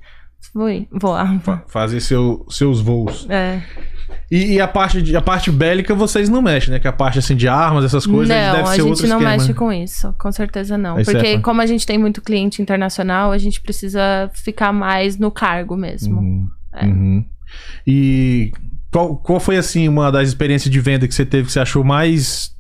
voe- voar.
Fa- Fazer seu- seus voos.
É.
E, e a, parte de- a parte bélica vocês não mexem, né? Que a parte assim de armas, essas coisas,
não,
deve
a
ser
gente
outro
não
esquema.
mexe com isso, com certeza não.
Aí você
Porque
é fã.
como a gente tem muito cliente internacional, a gente precisa ficar mais no cargo mesmo.
Uhum.
É.
Uhum. E qual, qual foi, assim, uma das experiências de venda que você teve que você achou mais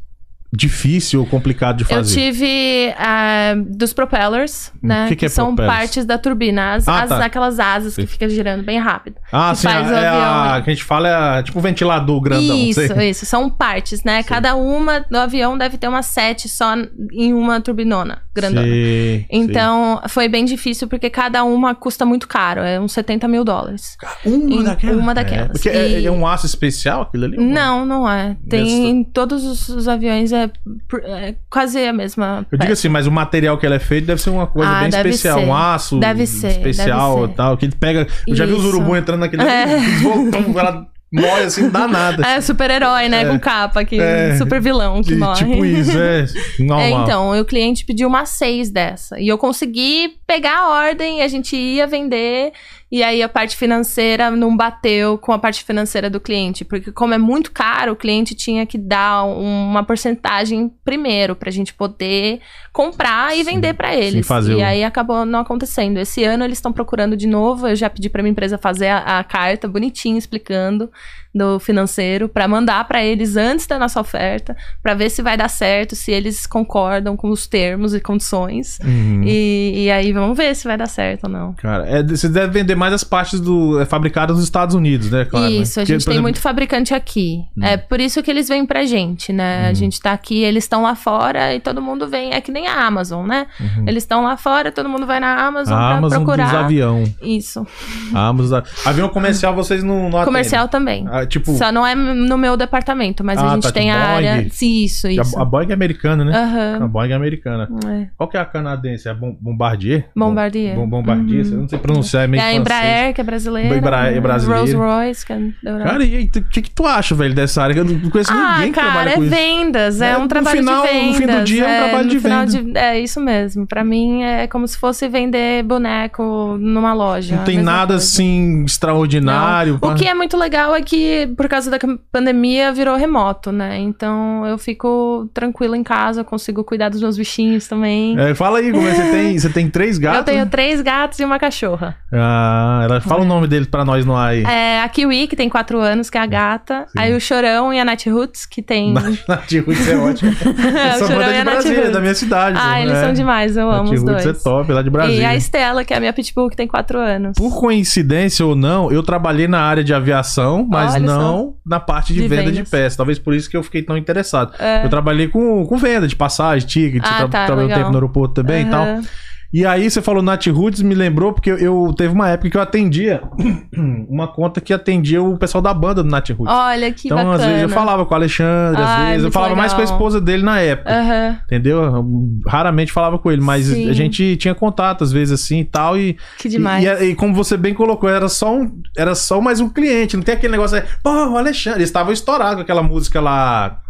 difícil ou complicado de
Eu
fazer?
tive ah, dos propellers, né?
que que é
são
propellers?
partes da turbina, as,
Ah,
as-
tá.
aquelas asas
Sei.
que fica girando bem rápido.
Ah,
que
sim, a,
faz o
é a-
avião.
que a gente fala é a- tipo um ventilador grandão.
isso,
sei.
isso. São partes, né? Cada uma do avião deve ter umas sete só em uma turbinona grandona.
Sei,
Então, foi bem difícil, porque cada uma custa muito caro. É uns 70 mil dólares.
sei. uma
em-
daquelas.
uma daquelas.
É, porque é,
E-
é um aço especial aquilo ali?
Não, não é. Tem em todos os, os aviões, é, pr- é quase a mesma.
Eu digo assim, mas o material que ela é feito deve ser uma coisa
Ah,
bem
deve
especial,
ser.
um aço
Deve ser,
especial
deve
e
ser.
tal, que ele pega, eu já vi os
Isso.
urubu entrando naquele, *laughs*
É.
voltam, ela morre assim, danada.
*laughs* É, super-herói, né?
É.
Com capa, que
É.
super vilão que
E,
morre. *laughs*
Tipo isso, é normal.
É, então, e o cliente pediu uma seis dessa. E eu consegui pegar a ordem, a gente ia vender, e aí a parte financeira não bateu com a parte financeira do cliente. Porque, como é muito caro, o cliente tinha que dar um- uma porcentagem primeiro pra gente poder comprar e
Sim,
vender pra eles.
fazer
e
o-
aí acabou não acontecendo. Esse ano eles estão procurando de novo. Eu já pedi pra minha empresa fazer a, a carta bonitinha explicando do financeiro pra mandar pra eles antes da nossa oferta. Pra ver se vai dar certo, se eles concordam com os termos e condições.
Uhum.
E, e aí vamos ver se vai dar certo ou não.
Cara, é, você deve vender mais as partes do é, fabricadas nos Estados Unidos, né? Claro, né?
isso, a
Porque,
gente
por
tem
exemplo, Uhum.
muito fabricante aqui. É por isso que eles vêm pra gente, né? A gente tá aqui, eles estão lá fora e todo mundo vem. É que nem a Amazon, né? Eles estão lá fora, todo mundo vai na Amazon
A
pra
uhum. Amazon dos
procurar.
avião.
Isso.
A Amazon dos avi- Avião comercial vocês não, não
Comercial também.
atendem. Ah, tipo,
Só não é no meu departamento, mas
Ah,
a gente
tá,
tem
tipo
a área.
Boeing.
Sim, isso, isso.
a, a Boeing é americana, né?
Aham.
A Boeing é americana.
É.
Qual que é a canadense? É Bom- Bombardier?
Bombardier.
Bom, Bombardier, eu não sei pronunciar, é meio
É a
francês.
Embraer, que é brasileira.
Embraer é brasileira.
Rolls Royce, que é da Europa.
Cara, e aí, tu- o que, que tu acha, velho, dessa área? Eu não conheço ninguém que
cara,
trabalha
é
com isso.
vendas, é,
É,
um
no
trabalho
final-
de
no
vendas.
fim do dia é um trabalho
no
de
final é isso mesmo. Pra mim é como se fosse vender boneco numa loja.
Não
a
tem
mesma
nada
coisa.
assim né? extraordinário.
é O
pá.
que é muito legal é que, por causa da cam- pandemia, virou remoto, né? Então eu fico tranquila em casa, eu consigo cuidar dos meus bichinhos também.
É, fala aí, como é? Você
*laughs*
tem, você tem três gatos?
Eu tenho três gatos e uma cachorra.
Ah, ela fala o nome deles pra nós no *laughs* ar aí.
É, a Kiwi, que tem quatro anos, que é a gata.
Sim.
Aí o Chorão e a Nath Roots,
*laughs*
que tem.
Nath Roots é
*laughs*
ótimo.
o
Essa
Chorão
banda é
e
de
a Nath
Brasília, é da
Roots.
minha cidade.
Ah,
né?
eles são demais, eu amo
Nath
os
Roots
dois.
é top, lá de
E
Brasília.
a Estela, que é a minha pitbull, que tem quatro anos.
Por coincidência ou não, eu trabalhei na área de aviação, mas
Olha só.
não na parte de,
De
venda de
vendas.
peças. Talvez por isso que eu fiquei tão interessado.
É.
Eu trabalhei com, com venda de passagem, ticket,
Ah,
tra
tá,
trabalhei um
legal.
tempo no aeroporto também e tal.
Aham.
E aí você falou Nath Roots, me lembrou, porque eu, eu- teve uma época que eu atendia *clears throat* uma conta que atendia o pessoal da banda do Nath Roots.
Olha que
então,
bacana.
às vezes eu falava com o Alexandre,
Ai,
às vezes eu
muito
falava mais com a
legal.
esposa dele na época.
Aham,
Entendeu? Eu Raramente falava com ele, mas
Sim.
a gente tinha contato às vezes assim e tal. E,
que demais.
e, é e como você bem colocou, era só, um, é, era só mais um cliente. Não tem aquele negócio aí, pô, o Alexandre. Eles estavam estourados com aquela música lá.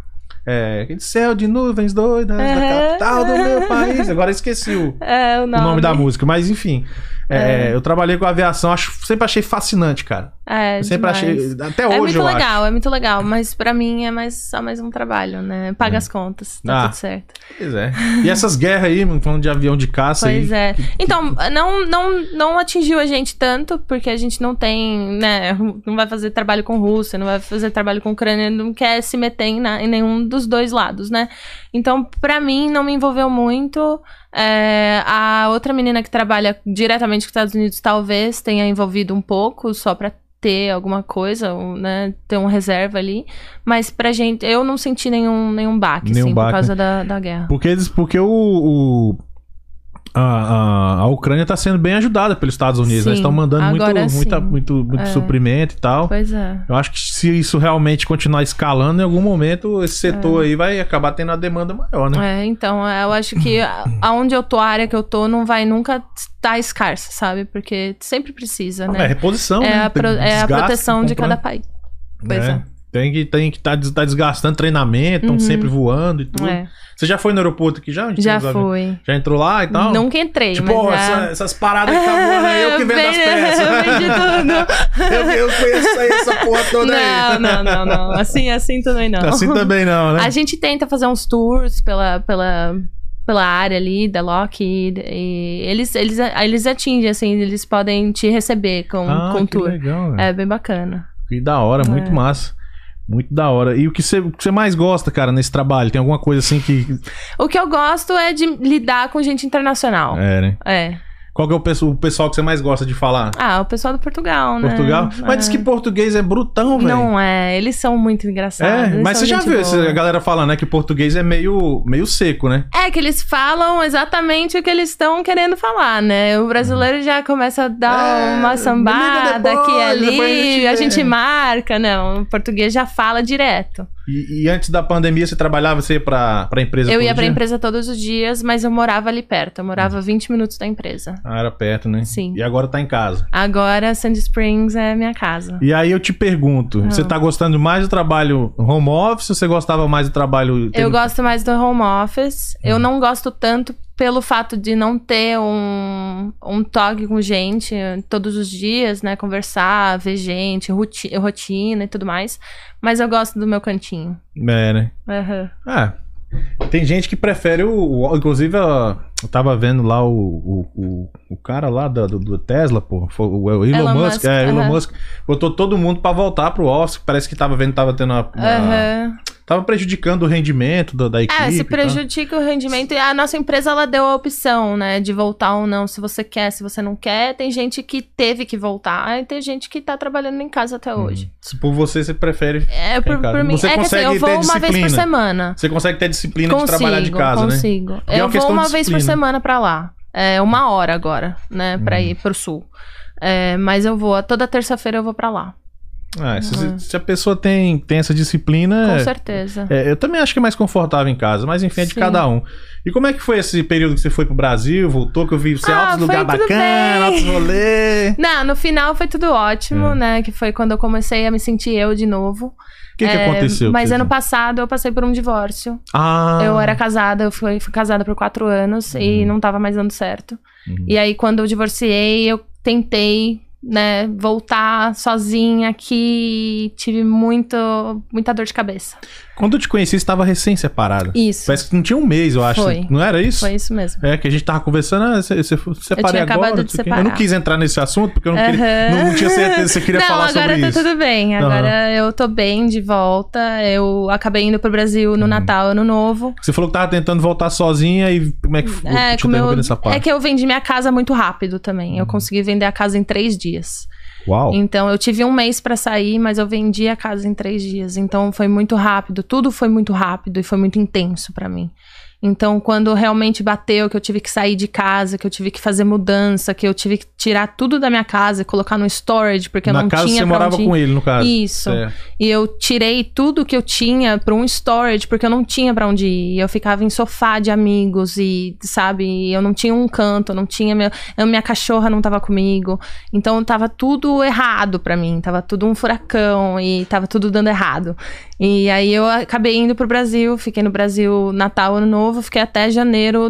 É, aquele céu de nuvens doidas da
Aham.
capital do meu país. Agora eu esqueci o,
É, o
o
nome.
nome da música, mas enfim. é, Eu trabalhei com aviação, acho, sempre achei fascinante, cara.
É,
Eu sempre
demais.
achei. Até
é
hoje
muito
eu acho.
legal, é muito legal, mas pra mim é mais só mais um trabalho, né? Paga as contas, tá
Ah.
tudo certo.
Pois é. E essas guerras aí, mano, falando de avião de caça
Pois
aí.
é. Então, não, não, não atingiu a gente tanto, porque a gente não tem, né? Não vai fazer trabalho com Rússia, não vai fazer trabalho com Ucrânia, não quer se meter em, na- em nenhum dos dois lados, né? Então, pra mim, não me envolveu muito. É, a outra menina que trabalha diretamente com os Estados Unidos talvez tenha envolvido um pouco, só pra ter alguma coisa, um, né? Ter uma reserva ali. Mas pra gente, eu não senti nenhum, nenhum baque,
Nenhum
assim,
baque, né?
por causa da, da guerra.
Porque, eles, porque o. o- a, a, a Ucrânia tá sendo bem ajudada pelos Estados Unidos.
Sim,
né? Eles estão mandando muito,
agora
muita-
sim. É.
muito, muito suprimento e tal.
Pois é.
Eu acho que se isso realmente continuar escalando, em algum momento esse setor aí vai acabar tendo uma demanda maior, né?
É, então, é, eu acho que a- aonde eu tô, a área que eu tô, não vai nunca estar escarsa, sabe? Porque sempre precisa,
É,
né?
reposição,
É
né?
a,
Tem
pro- é a
desgaste,
proteção de
comprando,
cada país. Pois
né? Tem que estar tem que tá, des- tá desgastando treinamento, estão
Uhum.
sempre voando e
é.
tudo.
É,
Você já foi no aeroporto aqui já? Onde
já
tem os aviões?
fui.
Já entrou lá e tal?
Nunca entrei,
Tipo,
mas
ó,
já... né?
essa- essas paradas que tá voando aí, eu que
*laughs*
vendo as
Eu vendi
peças. *laughs*
tudo.
eu, eu conheço aí essa porra toda
Não,
aí.
não, não, não. Assim, assim também não.
Assim também não, né?
A gente tenta fazer uns tours pela, pela, pela área ali da Lockheed. E eles, eles, eles atingem, assim, eles podem te receber com,
Ah,
com
que
tour.
legal, velho.
um É bem bacana.
Que da hora, muito
É.
massa. Muito da hora. E o que você o que você mais gosta, cara, nesse trabalho? Tem alguma coisa assim que.
O que eu gosto é de lidar com gente internacional.
É, né?
É.
Qual que é o, pesso- o pessoal que você mais gosta de falar?
Ah, o pessoal do Portugal, né?
Portugal? Mas
É.
diz que português é brutão, velho.
Não é, eles são muito engraçados.
É,
eles
mas
são
você já
gente
viu
boa.
essa- a galera falando, né? Que português é meio, meio seco, né?
É que eles falam exatamente o que eles estão querendo falar, né? O brasileiro já começa a dar
É, me
uma
liga
sambada
depois, depois a
aqui e
gente
ali, a
vê.
gente marca, não. O português já fala direto.
E, e antes da pandemia, você trabalhava, você ia pra, pra empresa
Eu
é todo
ia pra
dia?
empresa todos os dias, mas eu morava ali perto. Eu morava 20 minutos da empresa.
Ah, era perto, né?
Sim.
E agora tá em casa.
Agora, Sand Springs é minha casa.
E aí eu te pergunto,
Ah.
você tá gostando mais do trabalho home office ou você gostava mais do trabalho...
Eu gosto mais do home office.
Uhum.
Eu não gosto tanto pelo fato de não ter um, um toque com gente todos os dias, né? Conversar, ver gente, ruti- rotina e tudo mais. Mas eu gosto do meu cantinho.
É, né?
Aham.
Ah, tem gente que prefere o... o- inclusive, a- eu tava vendo lá o, o, o- o cara lá da- do, do Tesla, pô, foi o Elon,
Elon
Musk,
Musk,
é, Elon
aham.
Musk, botou todo mundo pra voltar pro office, parece que tava vendo, tava tendo uma... uma-
Aham.
Tava prejudicando o rendimento da, da equipe.
É,
e
se
tal.
prejudica o rendimento. E a nossa empresa, ela deu a opção, né? De voltar ou não, se você quer, se você não quer. Tem gente que teve que voltar e tem gente que tá trabalhando em casa
Uhum.
até hoje.
Se por você, você prefere...
É, por,
cara,
por mim.
você
é que assim,
consegue
eu vou
ter
uma vez por
disciplina.
semana.
Você consegue ter disciplina
consigo,
de trabalhar de casa, né?
consigo.
é uma
Eu vou
questão de
uma vez por
disciplina. Uhum.
semana pra lá. É uma hora agora, né, pra ir pro sul. É, mas eu vou, toda terça-feira eu vou pra lá,
Ah, se,
Uhum.
se a pessoa tem, tem essa disciplina.
com certeza.
é, eu também acho que é mais confortável em casa, mas enfim, é de
Sim.
cada um. E como é que foi esse período que você foi pro Brasil, voltou, que eu vi você é
Ah,
altos
foi
lugar
tudo
bacana,
bem.
altos rolê. O
Não, no final foi tudo
É.
ótimo, né, que foi quando eu comecei a me sentir eu de novo.
que, que
É,
aconteceu?
Mas
Cris?
ano passado eu passei por um divórcio.
Ah, Uhum.
Eu era casada, eu fui, fui casada por quatro anos e não tava mais dando certo. E aí, quando eu divorciei, eu tentei, né, voltar sozinha aqui. Tive muito, muita dor de cabeça.
Quando eu te conheci, você estava recém-separada.
Isso.
Parece que não tinha um mês, eu acho.
Foi.
Não era isso?
Foi isso mesmo.
É, que a gente tava conversando, ah, você, você foi- separei
tinha acabado
agora.
de
não sei o quê. Eu
separar.
não quis entrar nesse assunto, porque eu não, queria,
Aham.
não tinha certeza se você queria
*laughs* não,
falar
agora
sobre
tá
isso.
tudo bem. Agora eu tô bem de volta. Eu acabei indo pro Brasil
Uhum.
no Natal, Ano Novo.
Você falou que tava tentando voltar sozinha e como é que foi?
É,
te
como eu-
interrompendo nessa parte. Uhum.
é que eu vendi minha casa muito rápido também. Eu consegui vender a casa em três dias.
Uau.
Então, eu tive um mês pra sair, mas eu vendi a casa em três dias. Então, foi muito rápido. Tudo foi muito rápido e foi muito intenso pra mim. Então, quando realmente bateu, que eu tive que sair de casa, que eu tive que fazer mudança, que eu tive que tirar tudo da minha casa e colocar no storage, porque eu
Na
não
casa
tinha
você
pra
morava
onde ir.
com ele, no caso.
Isso.
Certo.
E eu tirei tudo que eu tinha pra um storage, porque eu não tinha pra onde ir. E Eu ficava em sofá de amigos e, sabe, e eu não tinha um canto, eu não tinha meu, eu- minha cachorra não tava comigo. Então tava tudo errado pra mim, tava tudo um furacão e tava tudo dando errado. E aí eu acabei indo pro Brasil, fiquei no Brasil Natal, Ano Novo, fiquei até janeiro,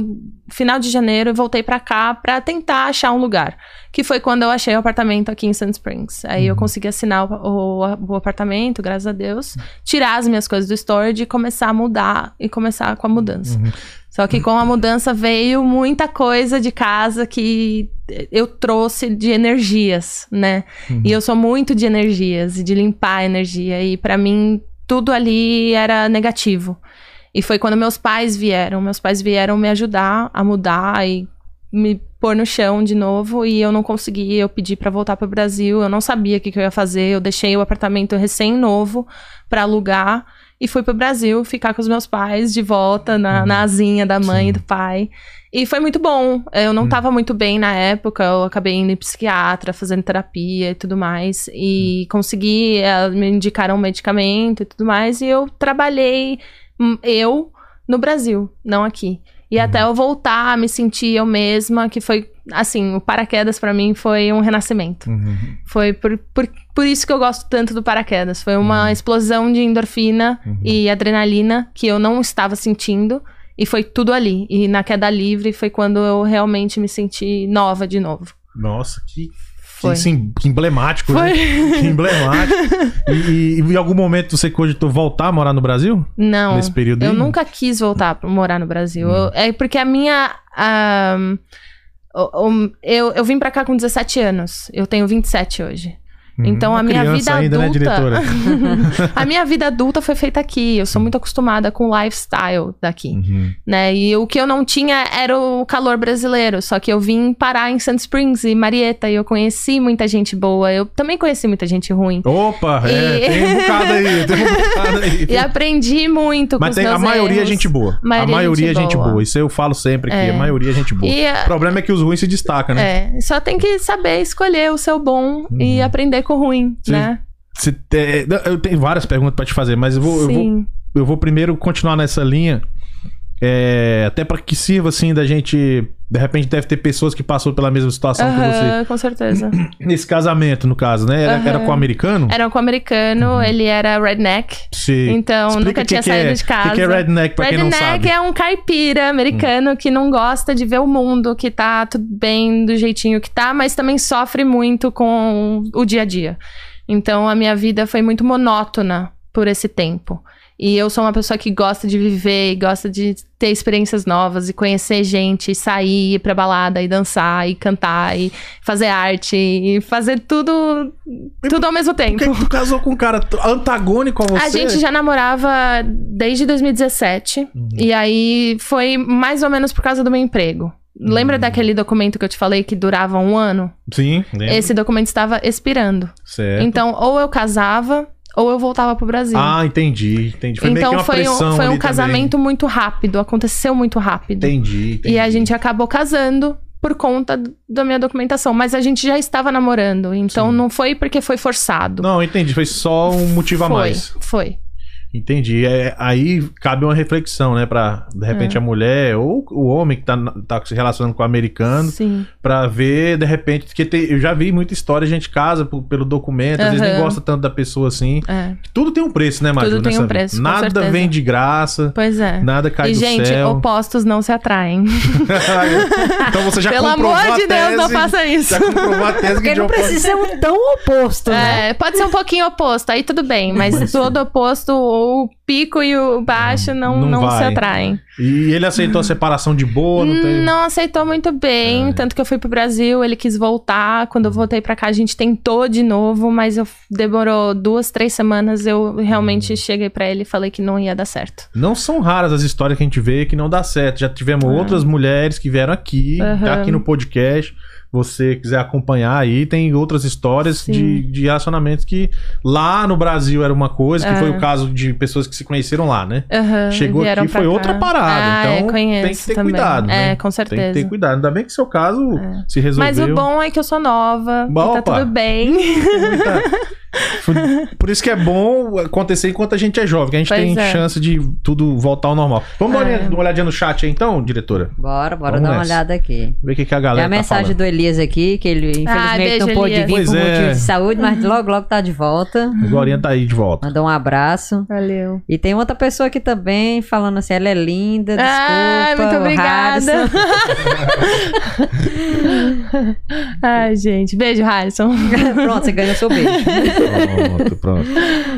final de janeiro, e voltei pra cá pra tentar achar um lugar. Que foi quando eu achei o apartamento aqui em Sand Springs. Aí eu consegui assinar o, o- o apartamento, graças a Deus, tirar as minhas coisas do storage e começar a mudar e começar com a
Uhum.
mudança. Só que com a mudança veio muita coisa de casa que eu trouxe de energias, né?
Uhum.
E eu sou muito de energias e de limpar a energia. E pra mim, tudo ali era negativo. E foi quando meus pais vieram. Meus pais vieram me ajudar a mudar e me pôr no chão de novo e eu não consegui, eu pedi pra voltar pro Brasil, eu não sabia o que, que eu ia fazer, eu deixei o apartamento recém novo pra alugar e fui pro Brasil ficar com os meus pais de volta na, na asinha da mãe e do pai. E foi muito bom. É, Eu não tava muito bem na época, eu acabei indo em psiquiatra, fazendo terapia e tudo mais. E consegui, eh, me indicaram um medicamento e tudo mais. E eu trabalhei, hum, eu, no Brasil, não aqui. E até eu voltar a me sentir eu mesma, que foi, assim, o paraquedas pra mim foi um renascimento.
Uhum.
Foi por, por, por isso que eu gosto tanto do paraquedas. Foi uma
Uhum.
explosão de endorfina e adrenalina que eu não estava sentindo. E foi tudo ali. E na queda livre foi quando eu realmente me senti nova de novo.
Nossa, que,
Foi.
que, sim- que emblemático,
Foi.
né? Que emblemático. E, e em algum momento você cogitou voltar a morar no Brasil?
Não.
Nesse período
Eu
aí? Uhum.
nunca quis voltar pra morar no Brasil. Eu- é porque a minha. ah, o- o- eu, eu vim pra cá com 17 anos. Eu tenho 27 hoje.
*laughs* Hum,
Então a
uma
minha
criança
vida
ainda, né,
adulta.
diretora?
a minha vida adulta foi feita aqui. Eu sou muito acostumada com o lifestyle daqui
Uhum.
né? E o que eu não tinha era o calor brasileiro, só que eu vim parar em Sand Springs e Marieta e eu conheci muita gente boa. Eu também conheci muita gente ruim.
Opa, é,
*laughs* E-
tem um bocado aí, tem um bocado aí.
*laughs* E aprendi muito com
Mas
os
tem,
meus
a maioria é
erros.
gente boa. A
Maioria é
maioria é
gente
gente
boa.
boa. Isso eu falo sempre aqui. A maioria é gente boa.
E
O problema é que os ruins se destacam, né? Uhum.
é, só tem que saber escolher o seu bom e aprender com o ruim,
Sim.
né?
Se te- é, eu tenho várias perguntas pra te fazer, mas eu vou, eu vou,
Sim.
eu vou primeiro continuar nessa linha. É, até pra que sirva, assim, da gente. De repente deve ter pessoas que passou pela mesma situação que um você.
Aham,
*clears throat*
com certeza.
Nesse casamento, no caso, né? Era, era com o americano?
Era um americano, ele era redneck.
Se-
Então,
Uhum. Explica
nunca
o que
tinha
que
saído
é,
de
o que
casa.
que é redneck, pra quem não
Redneck
sabe?
é um caipira americano que não gosta de ver o mundo, que tá tudo bem do jeitinho que tá, mas também sofre muito com o dia a dia. Então a minha vida foi muito monótona por esse tempo. E eu sou uma pessoa que gosta de viver, e gosta de ter experiências novas e conhecer gente, e sair, ir pra balada, e dançar, e cantar, e fazer arte, e fazer tudo, tudo ao mesmo
Por
tempo.
que, que tu casou com um cara t- antagônico a você?
A gente já namorava desde 2017.
Uhum.
E aí foi mais ou menos por causa do meu emprego. Lembra
Uhum.
daquele documento que eu te falei que durava um ano?
Sim, lembro.
Esse documento estava expirando.
Certo.
Então, ou eu casava, ou eu voltava pro Brasil.
Ah, entendi, entendi. Foi meio que
então
uma
foi
pressão
um, foi
ali
um
também.
casamento muito rápido, aconteceu muito rápido.
Entendi, entendi.
E a gente acabou casando por conta do- da minha documentação. Mas a gente já estava namorando. Então
Sim.
não foi porque foi forçado.
Não, entendi. Foi só um motivo a
foi,
mais.
Foi.
Entendi. É, aí cabe uma reflexão, né? Pra, de repente,
É.
a mulher ou o homem que tá, na- tá se relacionando com o americano,
Sim.
pra ver, de repente, porque tem- eu já vi muita história, a gente casa por- pelo documento, às vezes nem
Aham.
gosta tanto da pessoa assim.
É.
Tudo tem um preço, né, Maju?
Tudo tem
nessa
um
vida?
preço, com
Nada
certeza.
vem de graça,
Pois é.
nada cai
e,
do
gente,
céu. *laughs*
opostos não se atraem.
então você já
Pelo
comprovou
amor
a
de Deus, não
tese-
faça isso.
Já comprovou a tese que
Porque
de
não
oposto-
precisa ser um tão oposto, né?
É, pode ser um pouquinho oposto, aí tudo bem, mas todo oposto, o pico e o baixo não,
Não
não, se
vai.
atraem.
E ele aceitou a separação de boa, não tem... É.
Não aceitou muito bem, tanto que eu fui pro Brasil, ele quis voltar. Quando eu voltei pra cá, a gente tentou de novo, mas eu- demorou duas, três semanas. Eu
Hum.
realmente cheguei pra ele e falei que não ia dar certo.
Não são raras as histórias que a gente vê que não dá certo. Já tivemos outras mulheres que vieram aqui,
É. Aham.
tá aqui no podcast, você quiser acompanhar aí, tem outras histórias
Sim.
de, de relacionamentos que lá no Brasil era uma coisa,
É.
que foi o caso de pessoas que se conheceram lá, né?
Aham,
Chegou
vieram
aqui,
pra
foi
cá.
outra parada.
Ah,
então
é, conheço
tem que ter
também.
cuidado. né?
É, com
Tem que
certeza.
ter cuidado. Ainda bem que seu caso
É.
se resolveu.
Mas o bom é que eu sou nova,
Bom,
e tá
opa.
tudo bem.
Tem muita- Por isso que é bom acontecer enquanto a gente é jovem, que a gente
Pois
tem
é.
chance de tudo voltar ao normal. Vamos dar uma
É.
olhadinha- uma olhadinha no chat aí então, diretora?
Bora, bora
Vamos
dar uma
nessa.
olhada aqui.
Ver o que, que a
É
galera
a
tá
mensagem
falando.
do Elias aqui, que ele infelizmente
Ah,
não
beijo,
pôde vir
Elias. Uhum.
por
Pois é.
motivo de saúde, mas logo, logo tá de volta.
Agora tá aí de volta.
Mandou um abraço.
*laughs* Valeu.
E tem outra pessoa aqui também falando assim, ela é linda, desculpa.
Ah, muito
o
obrigada.
Harrison.
Ai, gente. Beijo, Harrison.
*laughs* Pronto, você ganhou seu beijo.
Pronto, pronto.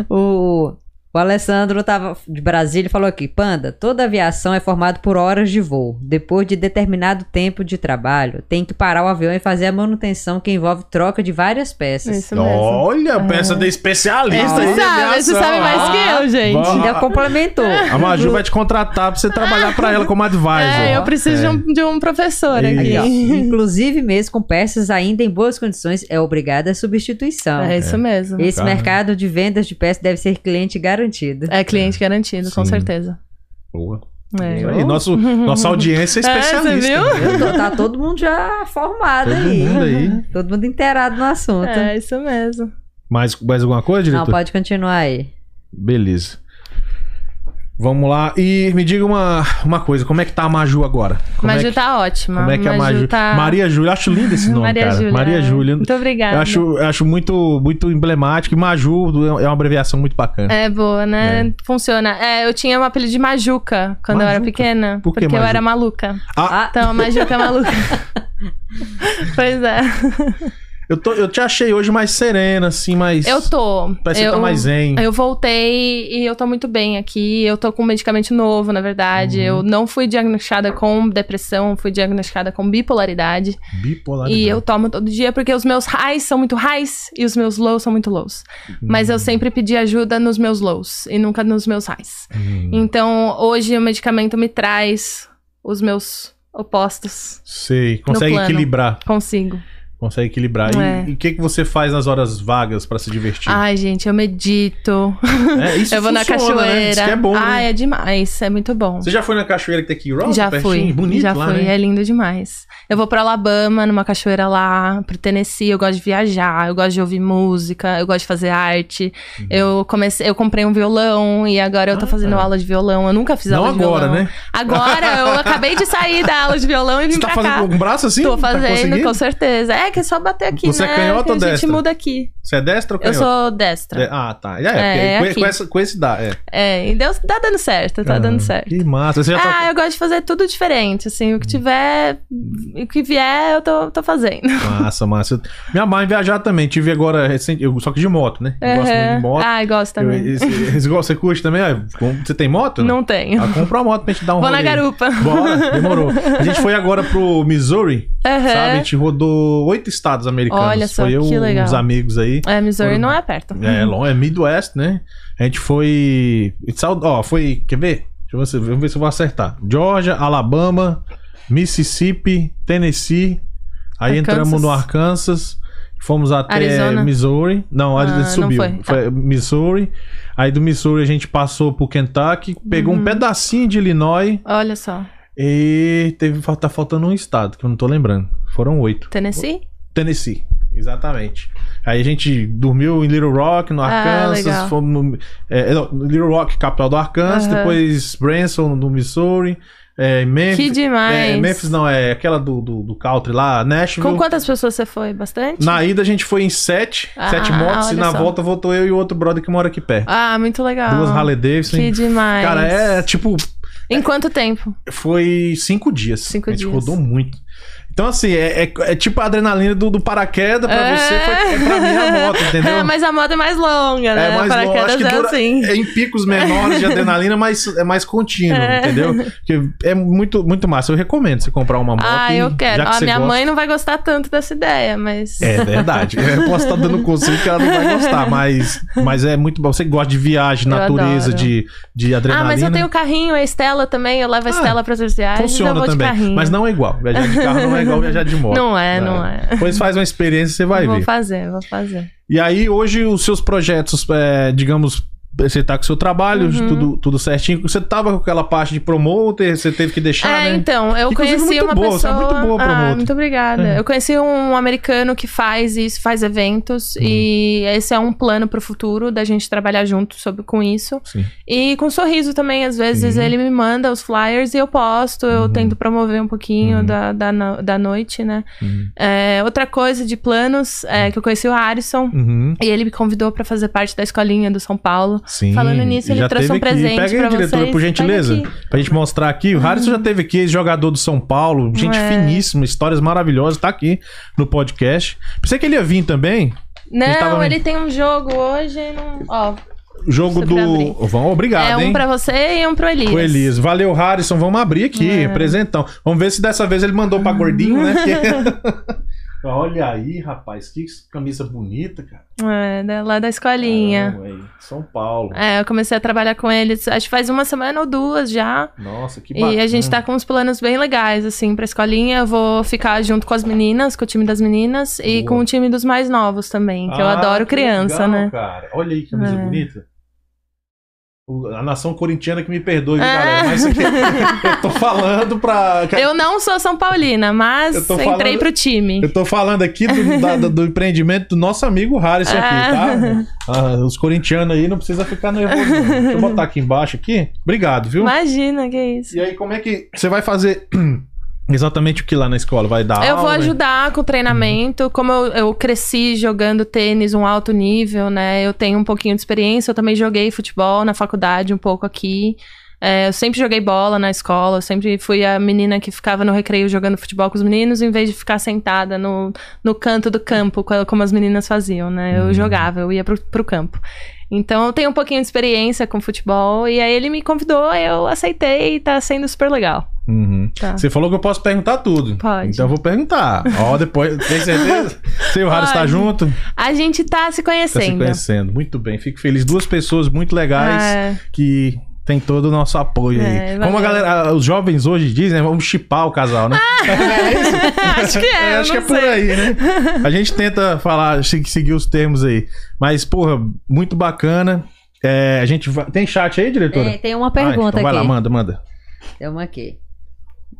O, o Alessandro tava de Brasília e falou aqui: Panda, toda aviação é formada por horas de voo. Depois de determinado tempo de trabalho, tem que parar o avião e fazer a manutenção que envolve troca de várias peças.
É Isso mesmo.
Olha, peça de especialista.
Isso,
aí
Você
de
sabe, você
aviação.
sabe mais que eu, gente.
Bom.
*laughs*
Ainda complementou.
A Maju vai te contratar pra você trabalhar pra ela como advisor.
É, eu preciso de, um, de um professor
Aí,
Aqui, ó.
aqui.
Inclusive, mesmo com peças ainda em boas condições, é obrigada a substituição.
É isso mesmo.
Esse
Tá.
mercado de vendas de peças deve ser cliente garantido.
É cliente garantido, com
Sim.
certeza.
Boa.
É.
Isso aí, nosso, nossa audiência é
*laughs* É,
especialista.
você viu?
né?
Eu tô- tá todo mundo já formado
Todo
aí.
mundo
*laughs*
aí.
Todo mundo inteirado no assunto.
É isso mesmo.
Mais, mais alguma coisa,
Não,
diretor?
pode continuar aí.
Beleza. Vamos lá. E me diga uma, uma coisa, como é que tá a Maju agora? Como
Maju
é que,
tá ótima.
como é que a Maju...
tá...
Maria Júlia, eu acho lindo esse nome,
Maria
cara.
Júlia.
Maria Júlia.
Muito obrigada.
Eu acho, eu acho muito, muito emblemático. E Maju é uma abreviação muito bacana.
É boa, né? Funciona. É, eu tinha um apelido de Majuca quando eu era
Majuca?
pequena.
Por que
porque eu
Majuca?
era maluca.
Ah,
Ah,
Então, a Majuca
*laughs*
é maluca. pois é.
eu, tô- eu te achei hoje mais serena, assim, mais.
Eu tô.
Parece que
eu,
tá mais zen.
eu voltei e eu tô muito bem aqui. Eu tô com um medicamento novo, na verdade.
Uhum.
Eu não fui diagnosticada com depressão, fui diagnosticada com bipolaridade.
Bipolaridade.
E eu tomo todo dia porque os meus highs são muito highs e os meus lows são muito lows. Mas
Uhum.
eu sempre pedi ajuda nos meus lows e nunca nos meus highs.
Hum,
Então, hoje o medicamento me traz os meus opostos.
sei, consegue
plano.
equilibrar.
Consigo.
Consegue equilibrar. E-
É.
E o que, que você faz nas horas vagas pra se divertir?
Ai, gente, eu medito.
É, isso
eu vou na
funciona, né?
cachoeira.
Isso que é bom. né?
Ai, é demais. É muito bom.
Você já foi na cachoeira que tem aqui em Rock?
já
pertinho?
fui.
Bonito
já
lá,
fui.
né?
É lindo demais. Eu vou pra Alabama, numa cachoeira lá, pro Tennessee. Eu gosto de viajar, eu gosto de ouvir música, eu gosto de fazer arte. Eu comecei, eu comprei um violão e agora eu tô
Uhum. Ah.
fazendo aula de violão. Eu nunca fiz
Não
aula de
agora,
violão.
né?
Agora,
*laughs*
eu acabei de sair da aula de violão e vim
Você tá
pra
fazendo
cá.
com o braço assim?
Tô
Tá
fazendo,
conseguindo?
com certeza. É que é só bater aqui,
Você é
né?
canhota
que a
ou
gente
destra?
muda aqui.
Você é destro ou
Eu
canhoto?
sou destra.
É, ah, tá. É, é,
É,
porque
é
com,
aqui.
essa, com esse dá. É.
É, e deu, tá dando certo, tá
Ah,
dando certo.
Que massa. Você já
Ah,
tá...
eu gosto de fazer tudo diferente, assim,
Hum.
o que tiver, o que vier, eu tô, tô fazendo.
Massa, massa. Minha mãe viajar também. Tive agora recente, eu, só que de moto, né? Eu gosto muito de
Uhum.
moto.
Ah, eu gosto
Eu-
também.
esse- esse- igual você curte também? ó, com- Você tem moto?
Não tenho.
Ah, compra uma moto pra gente dar um
Vou na
rolê.
garupa.
Bora, demorou. A gente foi agora pro Missouri, sabe? tipo, A
*laughs* Aham.
gente rodou oito estados americanos.
Olha só,
foi eu
que legal.
uns amigos aí.
É, Missouri
Foram-
não é perto.
É, long, é Midwest, né? A gente foi. a gente saiu- Ó, foi. Quer ver? Deixa eu ver, se- vamos ver se eu vou acertar. Georgia, Alabama, Mississippi, Tennessee. Aí
Arkansas.
entramos no Arkansas. Fomos até
Arizona.
Missouri. Não, a
Ah,
gente
não
subiu.
foi.
foi. Missouri. Aí do Missouri a gente passou pro Kentucky, pegou
Uhum.
um pedacinho de Illinois
Olha só.
e teve, tá faltando um estado, que eu não tô lembrando. Foram oito.
Tennessee?
Tennessee. Exatamente. Aí a gente dormiu em Little Rock, no
Ah,
Arkansas.
legal.
fomos no, é, não, Little Rock, capital do Arkansas.
Aham.
Depois Branson, no Missouri. É, Memphis.
Que demais.
é, Memphis não, é aquela do, do, do country lá, Nashville.
Com quantas pessoas você foi? Bastante?
Na ida a gente foi em sete,
Ah,
sete motos. E
olha
na
só.
volta voltou eu e o outro brother que mora aqui perto.
Ah, muito legal.
Duas Harley Davidson.
Que demais.
Cara, é tipo,
Em quanto tempo?
foi cinco dias.
Cinco
a gente
dias.
rodou muito. Então, assim, é, é- é tipo a adrenalina do, do paraquedas pra
É.
você, foi, é pra mim
*laughs*
a moto, entendeu?
É, mas a moto é mais longa, né?
É mais longo, acho
Paraquedas
que
é
dura-
assim.
É em picos menores de adrenalina, mas é mais contínuo,
É.
entendeu? Porque é muito, muito massa. Eu recomendo você comprar uma moto.
Ah,
e,
eu quero.
Já que
a
você
minha
gosta-
mãe não vai gostar tanto dessa ideia, mas.
É verdade. Eu posso estar dando conselho que ela não vai gostar, mas, mas é muito bom. Você gosta de viagem,
Eu
natureza,
adoro.
de, de
Ah,
adrenalina.
mas eu tenho carrinho, a Estela também, eu levo a
Ah,
Estela pras sociais. eu
Funciona
vou de
também.
carrinho.
Mas não é igual. Viajar de carro não é igual viajar de moto.
Não é, não é.
Depois faz uma experiência e você vai
vou
ver.
fazer, vou fazer.
E aí, hoje, os seus projetos, é, digamos, você tá com o seu trabalho,
Uhum.
tudo, tudo certinho. Você tava com aquela parte de promoter, você teve que deixar,
é,
né?
então, eu
Inclusive,
conheci
muito
uma
boa, você é
pessoa.
muito boa
ah,
promotor.
muito obrigada.
É.
Eu conheci um americano que faz isso, faz eventos,
Uhum.
e esse é um plano pro futuro da gente trabalhar junto sobre, com isso.
Sim.
E com sorriso também, às vezes
Sim.
ele me manda os flyers e eu posto, eu
Uhum.
tento promover um pouquinho
Uhum.
da, da, no- da noite, né?
Uhum.
É, outra coisa de planos é que eu conheci o Harrison.
Uhum.
E ele me convidou pra fazer parte da escolinha do São Paulo.
Sim.
Falando nisso, ele
já
trouxe
teve
um
aqui.
presente
Pega aí,
pra
diretora,
vocês.
por
Pega
gentileza,
aqui. Uhum.
pra gente mostrar aqui. O Harrison já teve aqui, esse jogador do São Paulo, gente
É.
finíssima, histórias maravilhosas, tá aqui no podcast. Pensei que ele ia vir também,
Não,
tava-
ele tem um jogo hoje. Não... Ó,
jogo
Você
do...
pra
Vão, obrigado,
é um
hein?
pra você e um pro Elias.
O Elias. Valeu, Harrison. Vamos abrir
É.
aqui, presentão. Vamos ver se dessa vez ele mandou pra gordinho,
*laughs*
né? Porque- *laughs* Olha aí, rapaz, que camisa bonita, cara.
É, da- lá da escolinha.
Caramba, velho. São Paulo.
É, eu comecei a trabalhar com eles, acho que faz uma semana ou duas já.
Nossa, que bacana.
E a gente tá com uns planos bem legais, assim, pra escolinha. Eu vou ficar junto com as meninas, com o time das meninas e
Boa.
com o time dos mais novos também, que eu
Ah,
adoro
que
criança,
legal,
né?
Cara. Olha aí que camisa
É.
bonita. O- A nação corintiana que me perdoe, viu,
Ah.
galera. Mas
*laughs*
isso aqui eu tô falando pra.
Eu não sou São Paulina, mas
Eu tô
entrei
falando-
pro time.
Eu tô falando aqui do, da- do- do empreendimento do nosso amigo Harrison aqui, tá? Ah, os corintianos aí não precisa ficar nervoso. não. Deixa eu botar aqui embaixo aqui. Obrigado, viu?
Imagina que isso.
E aí, como é que você vai fazer *clears throat* exatamente o que lá na escola? Vai dar
Eu vou
aula, né?
ajudar com o treinamento. Como eu, eu cresci jogando tênis, um alto nível, né? Eu tenho um pouquinho de experiência. Eu também joguei futebol na faculdade, um pouco aqui. É, eu sempre joguei bola na escola. Eu sempre fui a menina que ficava no recreio jogando futebol com os meninos, em vez de ficar sentada no, no canto do campo, co- como as meninas faziam, né? Eu
Hum.
jogava, eu ia pro, pro campo. Então, eu tenho um pouquinho de experiência com futebol. E aí, ele me convidou, eu aceitei e tá sendo super legal.
Uhum.
Tá.
Você falou que eu posso perguntar tudo.
Pode.
Então eu vou perguntar. Ó, depois, tem
*laughs*
certeza? Você e o Harrison tá
Pode.
junto?
A gente tá se
Tá se
conhecendo.
conhecendo. Muito bem. Fico feliz. Duas pessoas muito legais
É.
que tem todo o nosso apoio
É,
aí.
valeu.
Como a galera, ah, os jovens hoje dizem, né, vamos chipar o casal, né?
Ah, *laughs* é acho que é.
Eu
eu
acho que
não
é por
sei.
aí, né? A gente tenta falar, se- seguir os termos aí. Mas, porra, muito bacana. É, a gente vai... Tem chat aí, diretora?
É, tem uma
Ah,
pergunta
então vai
aqui.
lá, manda, manda.
Tem uma aqui. *laughs*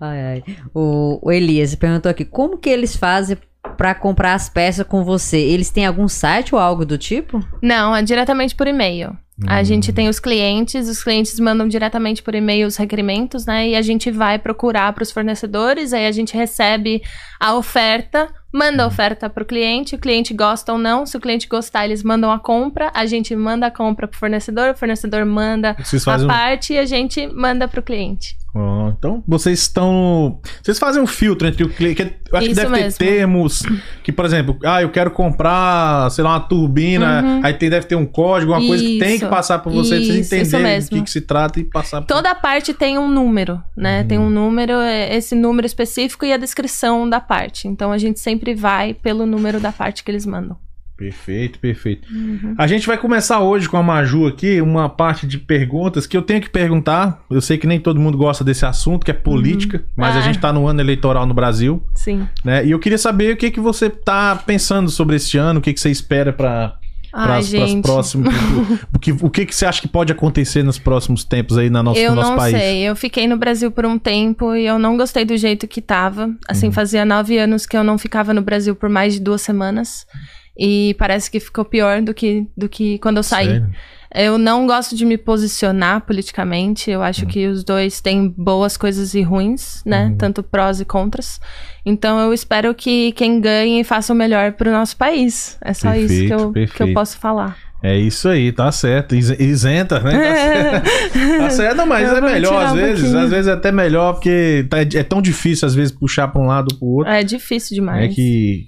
ai, ai. O, o Elias perguntou aqui: como que eles fazem pra comprar as peças com você? Eles têm algum site ou algo do tipo?
Não, é diretamente por e-mail. A
Hum.
gente tem os clientes, os clientes mandam diretamente por e-mail os requerimentos, né? E a gente vai procurar para os fornecedores, aí a gente recebe a oferta,
Hum.
manda a oferta para o cliente, o cliente gosta ou não. Se o cliente gostar, eles mandam a compra, a gente manda a compra para o fornecedor, o fornecedor manda
Vocês
a
fazem um...
parte e a gente manda para o cliente.
Ó, então, vocês estão... Vocês fazem um filtro entre o cliente... Eu acho que
Isso
deve
mesmo.
ter termos que, por exemplo, ah, eu quero comprar, sei lá, uma turbina, aí tem, deve ter um código, uma coisa que tem que
Uhum. Isso.
passar pra vocês, pra vocês
Isso, isso
entenderem do
mesmo.
que, que se trata e passar... pra-
Toda parte tem um número, né?
Uhum.
Tem um número, é, esse número específico e a descrição da parte. Então a gente sempre vai pelo número da parte que eles mandam.
Perfeito, perfeito. A gente vai começar hoje com a Maju aqui, uma parte de perguntas que eu tenho que perguntar. Eu sei que nem todo mundo gosta desse assunto, que é política, mas a
Ah.
gente tá no ano eleitoral no Brasil,
Sim.
né? E eu queria saber o que, que você tá pensando sobre este ano, o que, que você espera para
Ai, gente.
próximos.
*laughs*
o que, o que, que você acha que pode acontecer nos próximos tempos aí na nosso,
eu
no nosso
não
país?
sei. Eu fiquei no Brasil por um tempo e eu não gostei do jeito que tava. Assim,
Uhum.
fazia nove anos que eu não ficava no Brasil por mais de duas semanas. E parece que ficou pior do que, do que quando eu saí.
Sério?
Eu não gosto de me posicionar politicamente. Eu
Uhum.
acho que os dois têm boas coisas e ruins, né? Tanto prós e contras. Então eu espero que quem ganhe faça o melhor pro nosso país. É só isso que
Perfeito,
eu, que
perfeito.
eu posso falar. *laughs*
É isso aí, tá certo. Is- Isenta, né? Tá
É
certo.
*laughs*
Tá certo, não, mas
Eu
é
vou
melhor
tirar
às
um
vezes.
pouquinho.
Às vezes é até melhor, porque tá- é tão difícil às vezes puxar pra um lado ou pro outro.
É
É
difícil demais.
que.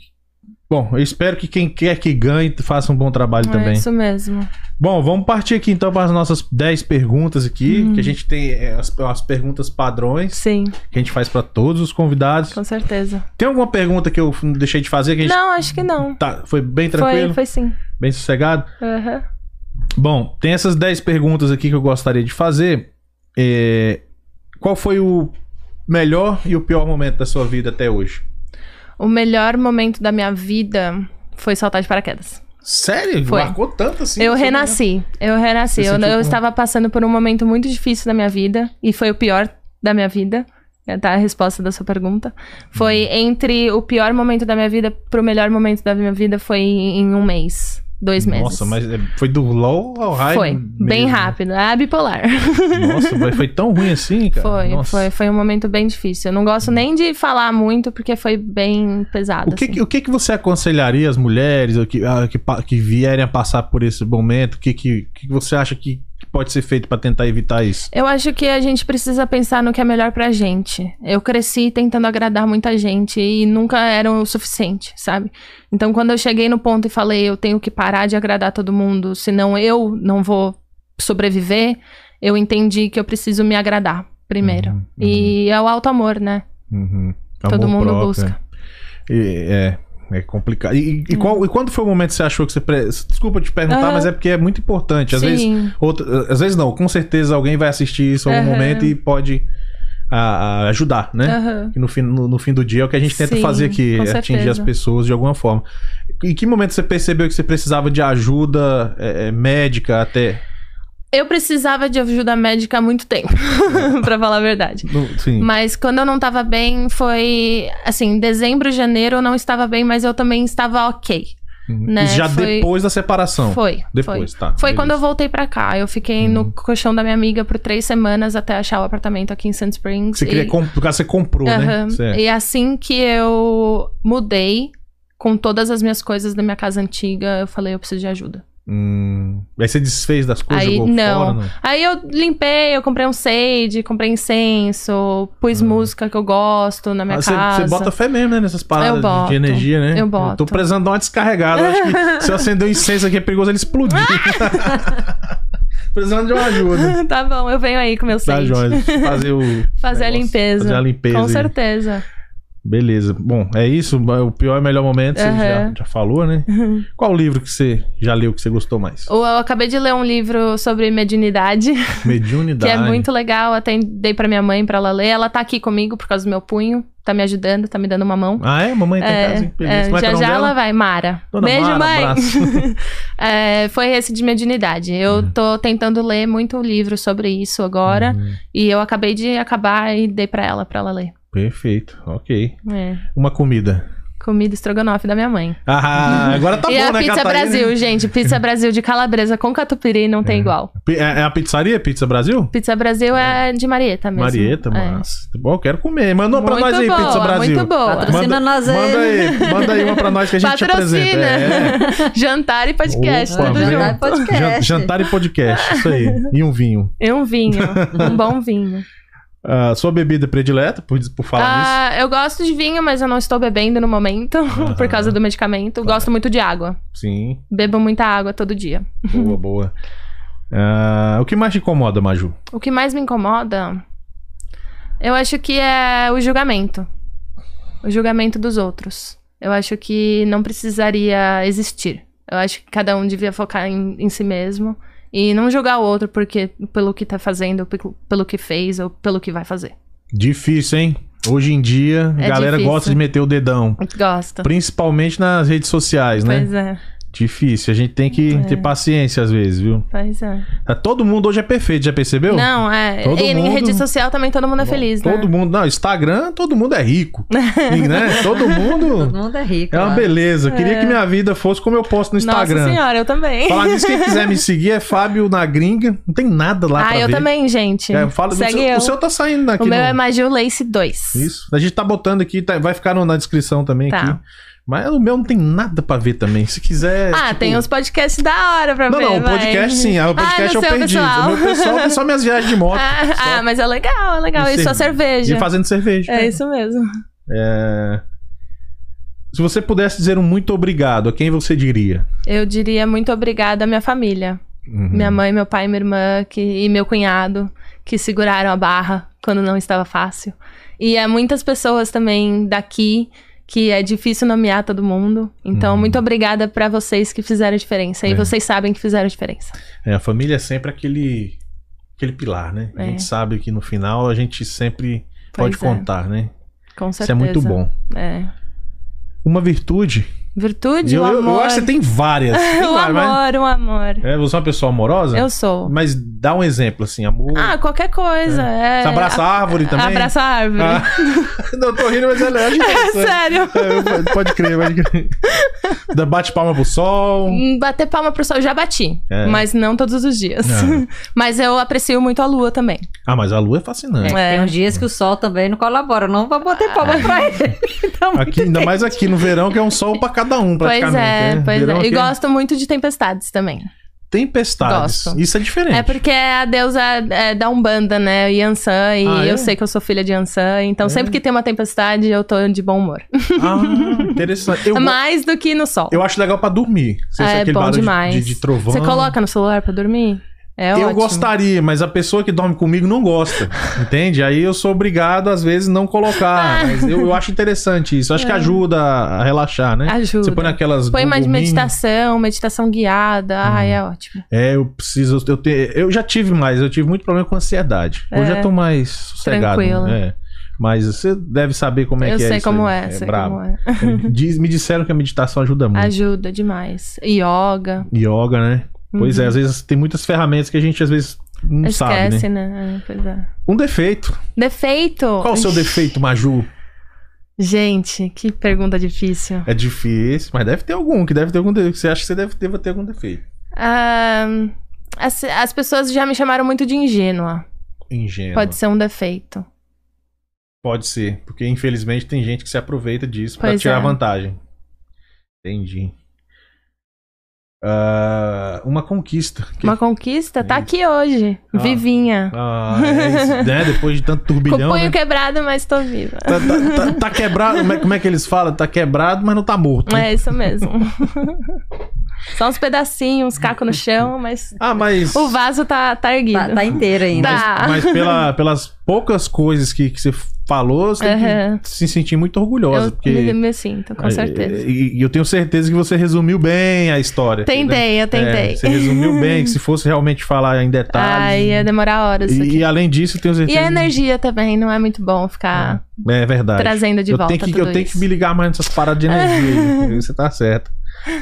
Bom, eu espero que quem quer que ganhe faça um bom trabalho
É
também.
isso mesmo.
Bom, vamos partir aqui então para as nossas 10 perguntas aqui,
Hum.
que a gente tem é, as, as perguntas padrões
Sim,
que a gente faz para todos os convidados.
com certeza.
Tem alguma pergunta que eu f- deixei de fazer que a gente
Não, acho que não.
tá, foi bem
Foi,
tranquilo,
foi sim.
bem sossegado?
Aham.
Bom, tem essas 10 perguntas aqui que eu gostaria de fazer. É, Qual foi o melhor e o pior momento da sua vida até hoje?
O melhor momento da minha vida foi saltar de paraquedas.
Sério?
Foi.
Marcou tanto assim?
eu
no seu
renasci, eu renasci.
Você
Eu,
sentiu
eu
como?
estava passando por um momento muito difícil da minha vida e foi o pior da minha vida. é, Tá a resposta da sua pergunta. Foi
Uhum.
entre o pior momento da minha vida pro melhor momento da minha vida foi em um mês, dois meses.
Nossa, mas é, foi do low ao high?
foi
mesmo.
bem rápido, é bipolar. *laughs*
Nossa, mas foi tão ruim assim, cara?
Foi,
Nossa. Uhum.
foi, foi um momento bem difícil. Eu não gosto nem de falar muito porque foi bem pesado.
O que,
assim.
que- o que, que você aconselharia as mulheres ou que, ah, que, pa- que vierem a passar por esse momento? O que, que, o que que você acha que que pode ser feito pra tentar evitar isso?
Eu acho que a gente precisa pensar no que é melhor pra gente. Eu cresci tentando agradar muita gente e nunca era o suficiente, sabe? Então, quando eu cheguei no ponto e falei, eu tenho que parar de agradar todo mundo, senão eu não vou sobreviver, eu entendi que eu preciso me agradar primeiro.
Uhum,
E é o alto amor, né?
Uhum.
Todo
Amor
mundo
próprio,
busca.
É, E- é, é complicado. E, e, qual, e quando foi o momento que você achou que você. pre- Desculpa te perguntar,
Aham.
mas é porque é muito importante. Às
Sim.
vezes. outra- às vezes não, com certeza alguém vai assistir isso em algum
Aham.
momento e pode ah, ah, ajudar, né?
Aham.
E no fim, no, no fim do dia é o que a gente tenta
Sim,
fazer aqui,
com
atingir
certeza.
as pessoas de alguma forma. Em que momento você percebeu que você precisava de ajuda é, é, médica até?
Eu precisava de ajuda médica há muito tempo, *laughs* pra falar a verdade.
No- sim.
Mas quando eu não tava bem, foi assim, dezembro, janeiro eu não estava bem, mas eu também estava ok. né,
Isso já
foi-
depois da separação.
Foi. Foi.
Então, Depois, tá.
Foi
beleza. Uhum.
quando eu voltei pra cá. Eu fiquei no colchão da minha amiga por três semanas até achar o apartamento aqui em Sand Springs.
Você queria
e...
comp... Porque você comprou, né?
Aham.
Certo.
E assim que eu mudei com todas as minhas coisas da minha casa antiga, eu falei, eu preciso de ajuda.
Hum, aí você desfez das coisas,
Aí,
jogou
não.
fora, não?
Aí eu limpei, eu comprei um sage, comprei incenso, pus música que eu gosto na minha
Ah, Você,
casa.
você bota fé mesmo, né? Nessas paradas
Eu
de-
boto.
de energia, né?
Eu boto.
tô precisando dar uma descarregada. Eu Acho
*laughs*
que se eu acender o incenso aqui é perigoso ele explodir. precisando de uma ajuda.
*laughs* tá bom, eu venho aí com meu
Tá,
sage.
Joyce? Fazer o.
*laughs* Fazer a
negócio,
limpeza.
Fazer a limpeza.
com
aí.
certeza.
Beleza. Bom, é isso. O pior e melhor momento, você
Aham.
já, já falou,
*laughs*
né? Qual livro que você já leu que você gostou mais?
Eu, eu acabei de ler um livro sobre mediunidade. *laughs* Que
Mediunidade.
é muito legal, até dei pra minha mãe pra ela ler. Ela tá aqui comigo por causa do meu punho, tá me ajudando, tá me dando uma mão.
Ah, é? Mamãe tá em casa, hein? Beleza.
É,
Como é que é
já
o nome
já
dela?
ela vai, Mara.
Dona
Beijo,
Mara,
mãe.
abraço.
*laughs*
Uhum.
É, foi esse de mediunidade. Eu tô tentando ler muito livro sobre isso agora.
Hum,
E eu acabei de acabar e dei pra ela, pra ela ler.
perfeito. Ok.
É,
Uma comida.
Comida estrogonofe da minha mãe.
Ah, agora tá
e
bom,
a
né,
pizza
Catarina?
Brasil,
*laughs*
gente. Pizza Brasil de calabresa com catupiry não tem igual.
Pi- É, é a pizzaria Pizza Brasil?
Pizza Brasil é, de Marieta mesmo.
Marieta,
É.
mas. Bom, eu quero comer. Manda uma pra
Muito
nós aí, Pizza
boa,
Brasil.
muito boa.
Patrocina nós aí.
Manda
*laughs*
aí, manda aí uma pra nós que a gente te apresenta. É.
*laughs* Jantar e podcast,
Opa,
tudo
viu?
junto.
Jantar e
Jan-
podcast.
Jantar e podcast, isso aí. E um vinho.
E um
*laughs*
vinho, um bom vinho.
Ah, sua bebida predileta, por, por falar
Ah, eu gosto de vinho, mas eu não estou bebendo no momento, *laughs* por causa do medicamento. Gosto muito de água.
nisso? Sim,
Bebo muita água todo dia.
boa, boa. Ah, o que mais te incomoda, Maju?
O que mais me incomoda, eu acho que é o julgamento. O julgamento dos outros. Eu acho que não precisaria existir. Eu acho que cada um devia focar em, em si mesmo e não julgar o outro porque, pelo que tá fazendo, ou pelo- pelo que fez ou pelo que vai fazer.
Difícil, hein? Hoje em dia, a
É
galera
difícil.
gosta de meter o dedão.
Gosta.
Principalmente nas redes sociais, né?
Pois é,
Difícil, a gente tem que ter paciência às vezes, viu?
pois é.
Tá, Todo mundo hoje é perfeito, já percebeu?
Não, é.
Todo
e em
mundo-
rede social também todo mundo é feliz, né?
Todo mundo, não, Instagram, todo mundo é
*laughs*
rico, né? Todo
Todo
mundo
mundo é rico.
é uma
lá.
beleza. Queria que minha vida fosse como eu posto no
Nossa
Instagram.
senhora, eu também.
Falar nisso, quem quiser me seguir é Fábio na gringa. Não tem nada lá
*laughs* ah,
pra
eu
ver.
também, gente.
É, fala,
Segue
o, seu,
eu.
o seu tá saindo aqui.
O meu
no-
é Magil Lace 2.
Isso. A gente tá botando aqui, tá- vai ficar no- na descrição também
Tá.
aqui. Mas o meu não tem nada pra ver também. Se quiser.
Ah,
tipo,
tem os podcasts da hora pra
Não,
ver.
não, o
vai.
podcast sim. ah, O podcast eu
ah, no seu
perdi.
Pessoal.
O meu pessoal é só minhas viagens de moto.
*laughs* Ah,
só.
ah, mas é legal, é legal.
E
E só
E
cerveja.
fazendo cerveja.
É isso mesmo.
É. Se você pudesse dizer um muito obrigado, a quem você diria?
Eu diria muito obrigada à minha família.
Uhum.
Minha mãe, meu pai, minha irmã que, e meu cunhado, que seguraram a barra quando não estava fácil. E é muitas pessoas também daqui que é difícil nomear todo mundo. Então,
Uhum.
muito obrigada pra vocês que fizeram a diferença. E
É.
vocês sabem que fizeram a diferença.
É, a família é sempre aquele, aquele pilar, né? A
É.
gente sabe que no final a gente sempre Pode
Pois é,
contar, né?
Com
Isso é
certeza.
muito bom.
É.
Uma virtude. E
Virtude,
eu,
o
eu- eu
um amor.
acho que você tem
*laughs*
várias. Tem
o
várias, mas-
amor, o amor.
É, você é uma pessoa amorosa?
Eu sou.
Mas dá um exemplo, assim, amor.
Ah, qualquer coisa. É.
você abraça a árvore também?
Abraça a árvore. *laughs*
Ah. *laughs* Não, eu tô rindo, mas é Hum. leve.
Sério. É,
Pode crer, pode crer. Dá- Bate palma pro sol.
Hum, Bater palma pro sol, eu já bati.
É.
Mas não todos os dias.
Não.
*laughs* mas eu aprecio muito a lua também.
Ah, mas a lua é fascinante.
É.
Tem uns dias que o sol também não colabora, não vai bater palma pra ele. Então,
Aqui, ainda mais aqui no verão, que é um sol pra cada um,
É. Pois
praticamente.
é,
né?
pois
verão
é.
aqui
E gosto muito de tempestades também.
Tempestades.
Gosto.
Isso é diferente.
É porque a deusa é da Umbanda, né? Yansan, e
Ah, é?
eu sei que eu sou filha de Yansan, então sempre que tem uma tempestade eu tô de bom humor.
Ah, interessante.
*laughs*
Eu,
Mais do que no sol.
eu acho legal pra dormir. Você
Ah,
acha
é
aquele
bom
barulho de-
demais.
De, de trovão.
Você coloca no celular pra dormir? É
eu
ótimo.
gostaria, mas a pessoa que dorme comigo não
*laughs*
gosta, entende? Aí eu sou obrigado, às vezes, não colocar. Mas eu, eu acho interessante isso. Acho que ajuda a relaxar, né?
É. Ajuda.
Você põe naquelas.
Põe mais
Google Meet.
meditação, meditação guiada.
Hum.
Ai, é ótimo.
É, eu preciso. Eu, te, eu já tive mais, eu tive muito problema com ansiedade. Hoje eu já tô mais sossegado.
É. Tranquilo.
É. Mas você deve saber como é
eu
que é.
sei
isso
como
aí.
é, sei
brabo. Hum.
como é.
Diz- me disseram que a meditação ajuda muito.
Ajuda demais. Yoga.
Yoga, né? Pois é, às vezes tem muitas ferramentas que a gente às vezes não sabe, né?
Uhum. Esquece, né? É, pois é.
Um defeito.
Defeito.
Qual o seu defeito, Maju?
Gente, que pergunta difícil.
É difícil, mas deve ter algum, que deve ter algum defeito. Você acha que você deve, deva ter algum defeito.
Ah, as, as pessoas já me chamaram muito de ingênua.
Ingênuo.
Pode ser um defeito.
Pode ser, porque infelizmente tem gente que se aproveita disso pra
Pois
tirar
é.
vantagem. Entendi. Ah, uma conquista. Que-
Uma conquista tá
Isso.
aqui hoje.
Ah.
Vivinha.
Ah, é
*laughs*
isso, né? Depois de tanto
Com
turbilhão.
o punho
né?
quebrado, mas tô viva.
Tá, tá- tá- tá quebrado, como é, como é que eles falam? Tá quebrado, mas não tá morto. né?
É
*laughs*
isso mesmo. Só uns pedacinhos, uns cacos no chão, mas
Ah, mas.
o vaso tá, tá erguido.
tá, tá inteiro ainda.
Tá.
Mas
*laughs*
pela- pelas poucas coisas que, que você falou, você tem
Aham.
que se sentir muito orgulhosa.
eu
porque... é,
me, me sinto, com certeza.
E, e eu tenho certeza que você resumiu bem a história. entendeu?
Tentei, eu
É,
tentei.
você resumiu bem, que se fosse realmente falar em
Ai,
detalhes.
ia demorar horas isso
e,
aqui.
e além disso, eu tenho
E,
certeza.
a energia também, não é muito bom ficar
É verdade.
trazendo de
eu
volta
tenho que,
tudo
eu tenho
isso.
que me ligar mais nessas paradas de
*laughs*
energia. aí. você tá certo.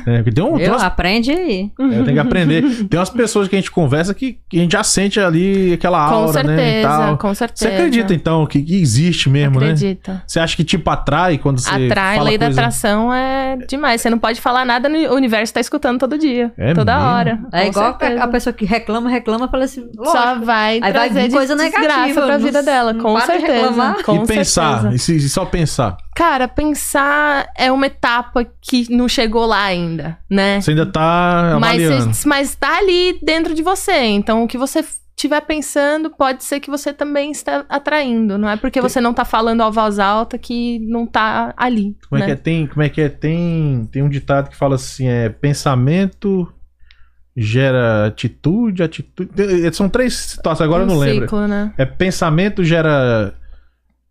É, porque tem um, tem
Eu,
umas-
aprende aí.
é, eu tenho que aprender. Tem umas pessoas que a gente conversa que, que a gente já sente ali aquela
Com
aura, né? e
certeza,
tal.
com certeza.
Você acredita, então, que, que existe mesmo, né?
Acredito.
Você acha que tipo atrai quando você.
Atrai,
fala
lei da
coisa-
atração é demais. Você não pode falar nada, no- o universo tá escutando todo dia.
É
toda
mesmo?
hora.
É
com
igual
certeza.
a pessoa que reclama, reclama, fala assim,
Só
lógico.
vai
vai
trazer
vir
de
coisa
desgraça
negativa,
pra
não-
vida dela,
não
com
para de
certeza.
reclamar.
com
e pensar,
certeza.
e, se- e só pensar.
Cara, pensar é uma etapa que não chegou lá ainda, né?
Você ainda tá avaliando.
Mas, cê- mas tá ali dentro de você. Então, o que você estiver pensando, pode ser que você também está atraindo. Não é porque você não tá falando a voz alta que não tá ali.
Como é
né?
que é? Tem, como é que é? Tem, tem um ditado que fala assim, é pensamento gera atitude, atitude. tem- eh, São três situações, agora eu não
Um
lembro.
ciclo, né?
É pensamento gera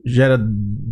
gera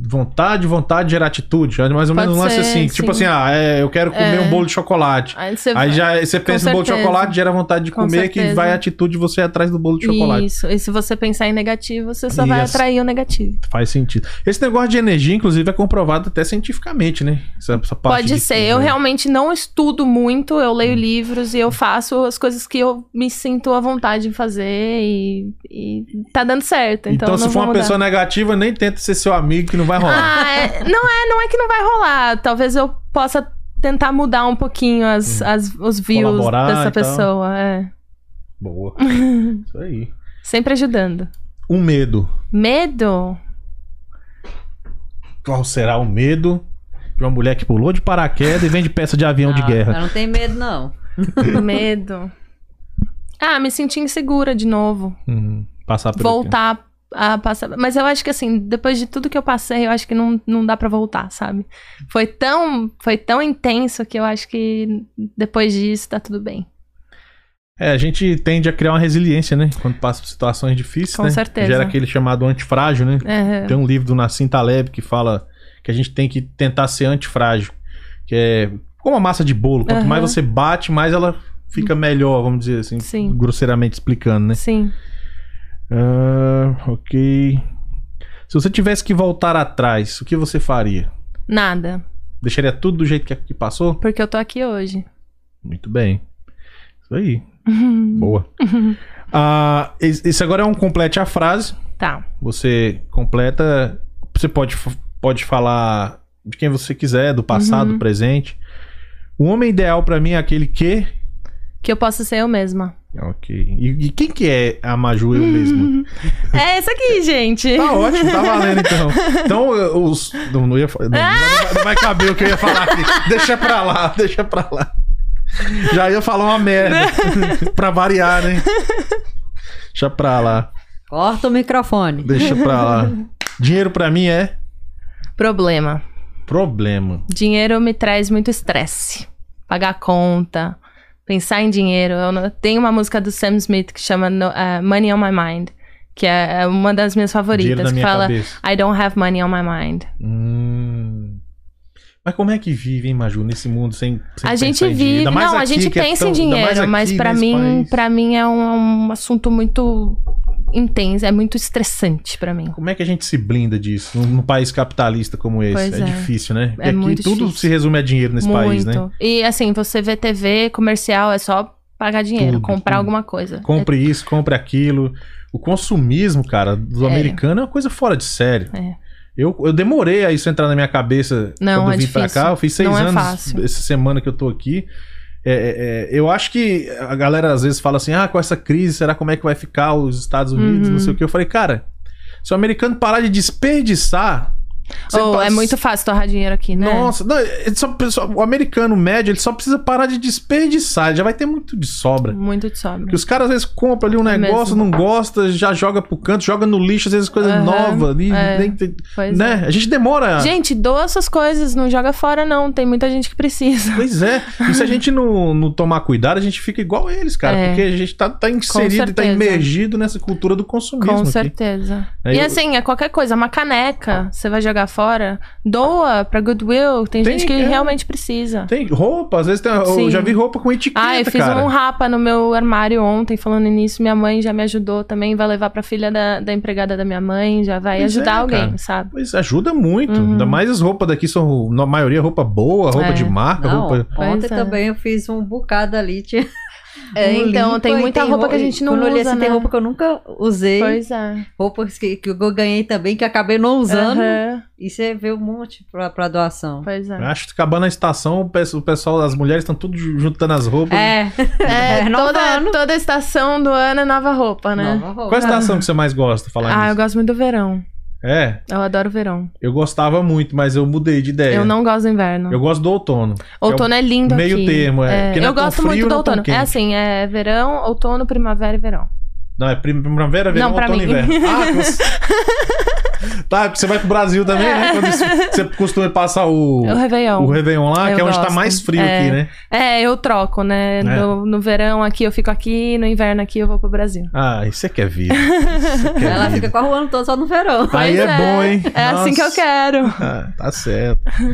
vontade, vontade gera atitude. É mais ou
Pode
menos um lance
ser,
assim, tipo assim,
sim.
ah, é, eu quero comer
É.
um bolo de chocolate.
Aí você
Aí já você
Com
pensa no bolo de
certeza.
chocolate, gera vontade de
Com
comer, que
certeza.
vai a atitude de você atrás do bolo de é um chocolate.
Isso. E se você pensar em negativo, você só vai
Isso.
atrair o negativo.
Faz sentido. Esse negócio de energia, inclusive, é comprovado até cientificamente, né? Essa, essa parte
Pode
de- né?
ser. Eu realmente não estudo muito, eu leio livros e eu faço as coisas que eu me sinto à vontade de fazer e, e tá dando certo. Então,
Então, se
não
for
vou
uma
mudar.
pessoa negativa, nem tenta ser seu amigo que não vai rolar.
Ah, é- não é, não é que não vai rolar. Talvez eu possa tentar mudar um pouquinho as, as- os views
Hum. Colaborar
dessa
e tal.
pessoa. é. *laughs*
Boa. Isso aí.
Sempre ajudando.
Um medo. *laughs*
Medo?
Qual será o medo de uma mulher que pulou de paraquedas e vende peça de avião de
Ah,
guerra?
Eu não tenho medo, não.
Medo. Ah, me senti insegura de novo.
Hum, passar por aqui.
voltar a passar. Mas eu acho que assim, depois de tudo que eu passei, eu acho que não, não dá pra voltar, sabe? Foi tão, foi tão intenso que eu acho que depois disso tá tudo bem.
É, a gente tende a criar uma resiliência, né? Quando passa por situações difíceis,
Com
né?
certeza.
Gera aquele chamado antifrágil, né?
É,
Tem um livro do Nassim Taleb que fala que a gente tem que tentar ser antifrágil, que é como a massa de bolo, quanto
Aham. Hum.
mais você bate, mais ela fica melhor, vamos dizer assim,
Sim.
né? grosseiramente explicando, né?
sim.
Ah, ok. Se você tivesse que voltar atrás, o que você faria?
Nada.
Deixaria tudo do jeito que- que passou?
Porque eu tô aqui hoje. *laughs*
Muito bem. Isso aí. Boa. Ah, es- esse agora é um complete a frase.
Tá.
Você completa. Você pode, f- pode falar de quem você quiser, do passado, do presente. O homem ideal pra mim é aquele que.
Que eu posso ser eu mesma.
Ok. E, e quem que é a Maju eu mesmo?
É isso aqui, gente.
Tá ótimo, tá valendo então. Então, eu- os. Não, não ia fa- não, não vai- não vai caber o que eu ia falar aqui. Deixa pra lá, deixa pra lá. Já ia falar uma
*laughs*
merda. pra variar, né? Deixa pra lá.
Corta o microfone.
Deixa pra lá. Dinheiro pra mim é
Problema.
problema.
Dinheiro me traz muito estresse. Pagar a conta, pensar em dinheiro. Eu não- Tem uma música do Sam Smith que chama no- eh, Money on My Mind, que é é uma das minhas
Dinheiro
favoritas.
na
Que
minha
fala
cabeça.
I don't have money on my mind.
Hum. Mas como é que vive, hein, Maju, nesse mundo sem, sem
a gente
pensar em dinheiro?
vive,
Ainda mais
não, a
aqui,
gente
que é
pensa
tão-
em
ainda mais
dinheiro,
aqui
mas pra
nesse
mim,
país.
para mim é um, um assunto muito intenso, é muito estressante pra mim.
Como é que a gente se blinda disso num, num país capitalista como esse?
Pois
é,
é.
difícil, né? Porque
É
aqui
muito
tudo
difícil.
se resume a dinheiro nesse
muito.
país, né?
E assim, você vê TV comercial é só pagar dinheiro,
Tudo,
comprar
tudo.
alguma coisa.
Compre isso, compre aquilo. O consumismo, cara, do
É.
americano é uma coisa fora de sério.
É.
Eu, eu demorei a isso entrar na minha cabeça
Não,
quando eu
é
vim pra
difícil.
cá. Eu fiz seis
Não é
anos
fácil.
essa semana que eu tô aqui. É, é, é, eu acho que a galera às vezes fala assim: ah, com essa crise, será como é que vai ficar os Estados Unidos?
Uhum.
Não sei o que. Eu falei, cara, se o americano parar de desperdiçar. você
Ou é
passa-
muito fácil torrar dinheiro aqui, né?
Nossa, não, ele só- só- o americano médio ele só precisa parar de desperdiçar, ele já vai ter muito de sobra.
Muito de sobra.
Porque os caras às vezes compram ali um
É
negócio,
mesmo.
não gosta, já joga pro canto, joga no lixo, às vezes coisa
Aham,
nova ali,
é.
nem tem-
Pois
né? A gente demora.
é. Gente, doa suas coisas, não joga fora não, tem muita gente que precisa. *laughs*
Pois é. E se a gente não, não tomar cuidado, a gente fica igual eles, cara.
É.
Porque a gente tá, tá inserido, tá
certeza.
imergido nessa cultura do consumismo.
Com
aqui.
certeza.
Aí
e
eu- Ah.
assim, é qualquer coisa, uma caneca, você vai jogar fora, doa pra Goodwill, tem,
Tem,
gente que
é.
realmente precisa.
Tem roupa, às vezes tem, eu
Sim.
já vi roupa com etiqueta,
Ah, eu fiz
é, cara.
um rapa no meu armário ontem, falando nisso. Minha mãe já me ajudou também. Vai levar pra filha da, da empregada da minha mãe, já vai
Pois
ajudar
é,
alguém,
cara.
sabe?
Pois ajuda muito.
Uhum.
Ainda mais as roupas daqui são, na maioria, roupa boa, roupa
É.
de marca,
Não,
roupa.
ontem
Pois é.
também eu fiz um bocado ali. Tinha
É,
um
então,
limpa
tem
e
muita roupa que a gente não
quando eu olhei
usa,
assim,
né?
Tem roupa que eu nunca usei,
Pois é.
roupas que, que eu ganhei também, que acabei não usando.
Aham,
E você vê um monte pra, pra doação.
Pois é.
Acho que acabando a estação, o pesso- o pessoal, as mulheres estão tudo ju- juntando as roupas.
*laughs* É,
É, toda,
renovando.
toda estação do ano é nova roupa, né?
Nova roupa.
Qual é a estação que você mais gosta, falar
Ah, eu
nisso?
gosto muito do verão.
É,
Eu adoro o verão.
eu gostava muito, mas eu mudei de ideia.
Eu não gosto do inverno.
É. Eu gosto do outono.
Outono é lindo
meio
aqui.
termo, é. Porque não é
eu
tão
gosto
frio,
muito do
não é tão
outono. É
quente.
assim, é verão, outono, primavera e verão.
Não, é prim- primavera, verão,
Não, pra
outono e
mim.
inverno. Ah,
*laughs*
cons- tá, você vai pro Brasil também, né? Quando isso- você costuma passar o,
É o Réveillon.
o Réveillon lá,
Eu
que é onde tá
gosto.
mais frio
É.
aqui, né?
É, eu troco, né?
É.
No, no verão aqui eu fico aqui, no inverno aqui eu vou pro Brasil.
Ah, isso é que é
*laughs*
vida. Isso é que é
Ela
vida.
fica com o ano todo só no verão.
Aí
Pois
é, bom, hein?
É assim que eu
Nossa.
quero.
Ah, tá certo. *laughs*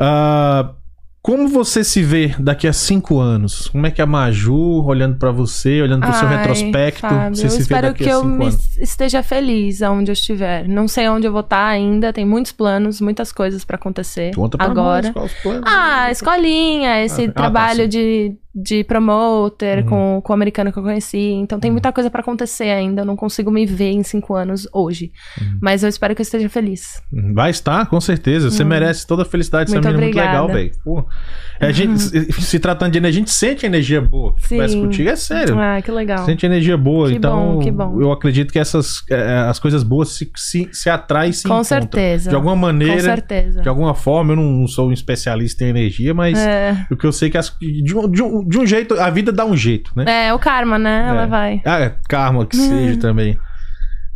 Ah, como você se vê daqui a cinco anos? Como é que a Maju, olhando pra você, olhando pro seu
Ai,
retrospecto,
Fábio,
você
eu
se vê
espero
daqui
que
a
eu
cinco
me
anos?
esteja feliz aonde eu estiver. Não sei onde eu vou estar ainda, tem muitos planos, muitas coisas pra acontecer
Conta pra
agora.
nós, qual os planos?
Ah, escolinha, esse
Ah, tá,
trabalho
sim.
de, de promoter
Uhum.
com, com o americano que eu conheci. Então tem muita coisa pra acontecer ainda. Eu não consigo me ver em cinco anos hoje.
Uhum.
Mas eu espero que eu esteja feliz.
Vai estar, com certeza. Você merece toda a felicidade. Você é
Hum. Muito
menina muito legal,
obrigada. Uhum.
velho. Pô, É, a gente, se, se tratando de energia, a gente sente energia boa.
Sim.
Conversa contigo, é sério.
Ah, que legal.
Sente energia boa.
Que
então,
bom, que bom.
eu acredito que essas eh, as coisas boas se, se, se atraem e se
com
encontram.
certeza.
De alguma
com
maneira,
certeza.
de alguma forma, eu não sou um especialista em energia, mas
É.
o que eu sei é que as- de, um, de, um, de um jeito, a vida dá um jeito, né?
É, o karma, né?
É.
Ela vai.
Ah, karma que seja também,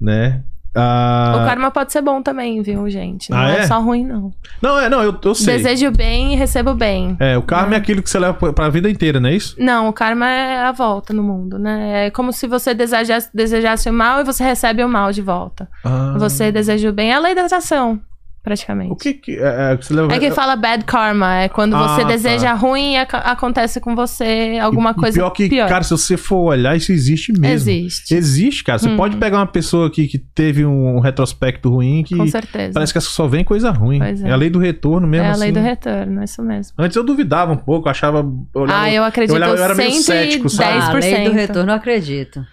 né?
É. O
Ah,
karma pode ser bom também, viu, gente? Não
Ah,
é?
é?
só ruim, não.
Não, é, não, eu, eu sei.
Desejo bem e recebo bem.
É, o karma é aquilo que você leva pra- pra vida inteira, não é isso?
Não, o karma é a volta no mundo, né? É como se você desejasse, desejasse o mal e você recebe o mal de volta.
Ah,
Você deseja o bem, é a lei da atração. praticamente.
O que que. É, é, que você leva...
É que fala bad karma, é quando você
Ah,
deseja ruim e ac- acontece com você alguma
E- e
coisa
pior que,
pior.
cara, se você for olhar, isso existe mesmo.
Existe, Hum.
Existe, cara. Você pode pegar uma pessoa que, que teve um retrospecto ruim que
com certeza.
parece que só vem coisa ruim.
Pois
É.
é.
a lei do retorno mesmo.
é a
assim.
lei do retorno, é isso mesmo.
Antes eu duvidava um pouco, achava. eu olhava-
ah, eu
eu
acredito
olhava- eu era meio
110%.
cético, sabe?
Ah, lei do retorno, eu acredito.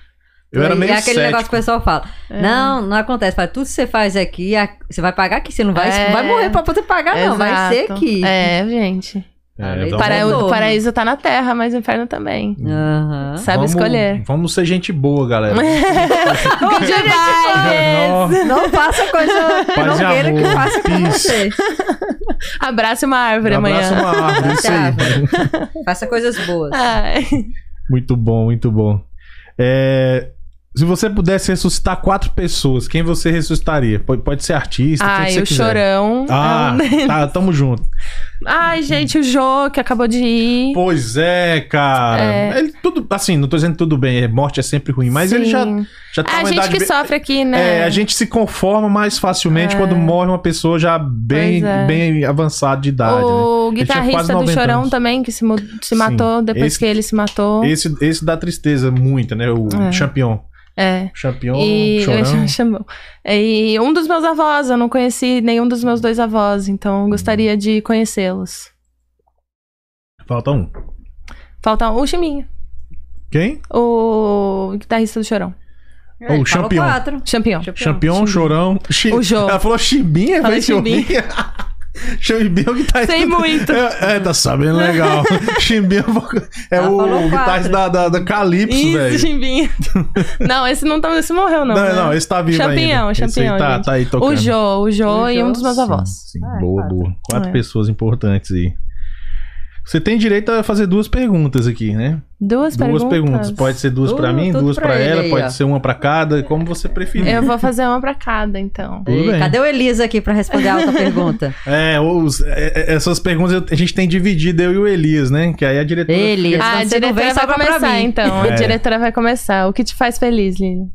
eu era
É
meio
aquele negócio que
cético.
o pessoal fala.
É.
Não, não acontece. Fala, tudo que você faz aqui, a- você vai pagar aqui. Você não vai,
É.
vai morrer pra poder pagar, não. Vai ser
Exato.
aqui.
É, gente.
Ah,
É,
lei do
vamos-
Para, o
retorno.
paraíso tá na terra, mas o
*laughs*
inferno também.
Aham.
Sabe
vamos-
escolher.
Vamos ser gente boa,
*laughs*
galera. *laughs*
Good
Nossa,
vibes!
Não faça coisa. não
Paz e
queira que
amor,
faça com
peace.
você.
Abrace uma árvore
abraça
amanhã.
uma árvore, isso aí.
Faça coisas boas.
Ai.
*laughs* Muito bom, muito bom. É, Se você pudesse ressuscitar quatro pessoas, quem você ressuscitaria? Pode, pode ser artista, quem
Ai,
você
o
quiser.
chorão.
Ah,
É um-
tá, tamo
*laughs*
junto. Uhum.
Ai, gente, o Jô, que acabou de ir.
Pois é, cara. Ele tudo, assim, não tô dizendo tudo bem, é, morte é sempre ruim, mas ele já,
Sim.
já tá
É a
uma
gente
idade
que
bem-
sofre aqui, né?
É, a gente se conforma mais facilmente quando morre uma pessoa já bem,
É. Pois é.
bem avançada de idade, né?
O
Ele tinha quase
guitarrista do
90
Chorão
anos.
também, que se, mu- se
Sim.
matou depois
Esse-
que ele se matou.
Esse, esse dá tristeza muito, né? O
É.
champion.
É.
Champion,
E eu
chorão.
chamo- chamo- E um dos meus avós, eu não conheci nenhum dos meus dois avós, então eu gostaria de conhecê-los.
Falta um.
Falta o Chiminha,
Quem?
o guitarrista do Chorão.
Ô,
Ele falou
champion.
quatro.
É. Champion.
Champion, chorão. Chi-
O Jô.
Ela falou é chibinha,
Falei
velho. Chibinha. *laughs* Chibinha é o guitarrista. *laughs*
Sei muito.
É, é, tá sabendo
*laughs*
legal. Chimbinha é o voca- é
Ela falou
o
quatro.
guitarrista da, da, da Calypso,
Isso,
velho. *laughs*
Chimbinha. não, esse não tá, esse morreu, não.
Não,
né?
não, esse tá vivo
Champignon,
ainda. Esse aí
champignon,
tá,
gente.
tá aí tocando.
o Jô, o Jô
O
e
Jô,
um dos meus
sim.
avós.
Sim,
Ah,
boa,
quatro.
boa. Quatro
É.
pessoas importantes aí. Você tem direito a fazer duas perguntas aqui, né? duas
Duas, perguntas.
perguntas. Pode ser duas pra
Tudo-
mim,
tudo
duas
pra
pra
ele
ela,
aí,
pode
ó.
ser uma pra cada, como você preferir.
Eu vou fazer uma pra cada, então.
Tudo
E
bem.
cadê o Elisa aqui pra responder a outra
*laughs*
pergunta?
É, os- é, é, essas perguntas eu- a gente tem dividido, eu e o Elias, né? Que aí a diretora.
Ele.
fica-
Então
Ah, a
você não
diretora
vem,
vai
sobra pra
começar,
mim.
então.
É.
A diretora vai começar. O que te faz feliz, Lili?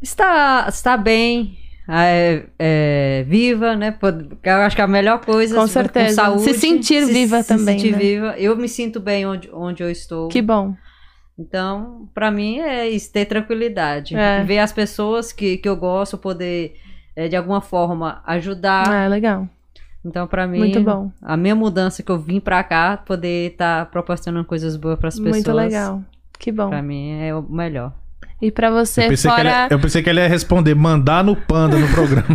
está, está bem, é, é, viva, né? Pod- Eu acho que a melhor coisa
Com
se-
certeza.
saúde,
Se sentir viva
se
também,
sentir
né?
viva. Eu me sinto bem onde, onde eu estou.
Que bom.
Então, pra mim é isso, ter tranquilidade.
É.
Ver as pessoas que, que eu gosto, poder é, de alguma forma ajudar.
Ah, legal.
Então, pra mim,
Muito bom.
a minha mudança que eu vim pra cá, poder estar proporcionando coisas boas pras pessoas.
Muito legal. Que bom.
Pra mim é o melhor.
E pra
Eu
você,
pensei, que
fora,
ela, eu pensei que ela ia responder, mandar no panda no programa.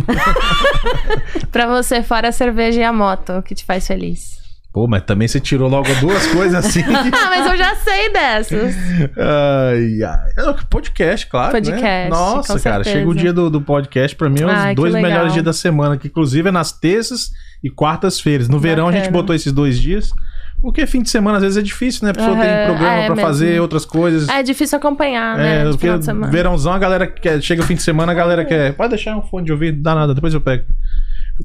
*laughs*
pra você, fora a cerveja e a moto, o que te faz feliz?
Pô, mas também você tirou logo duas coisas assim.
*laughs*
Ah, mas eu já sei dessas.
ai, ai. É o Podcast, claro. né?
Podcast,
Nossa,
com
cara,
certeza.
chega o dia do, do podcast, pra mim é um
Ai,
dos
que
dois
legal.
melhores dias da semana, que inclusive é nas terças e quartas-feiras. No verão a gente
Bacana.
botou esses dois dias. Porque fim de semana às vezes é difícil, né? A pessoa tem
Aham,
programa
é
pra
mesmo.
fazer outras coisas.
É difícil acompanhar, né? de
porque
final de semana.
verãozão, a galera quer, chega fim de semana, a galera quer. Pode deixar um fone de ouvido, dá nada, depois eu pego.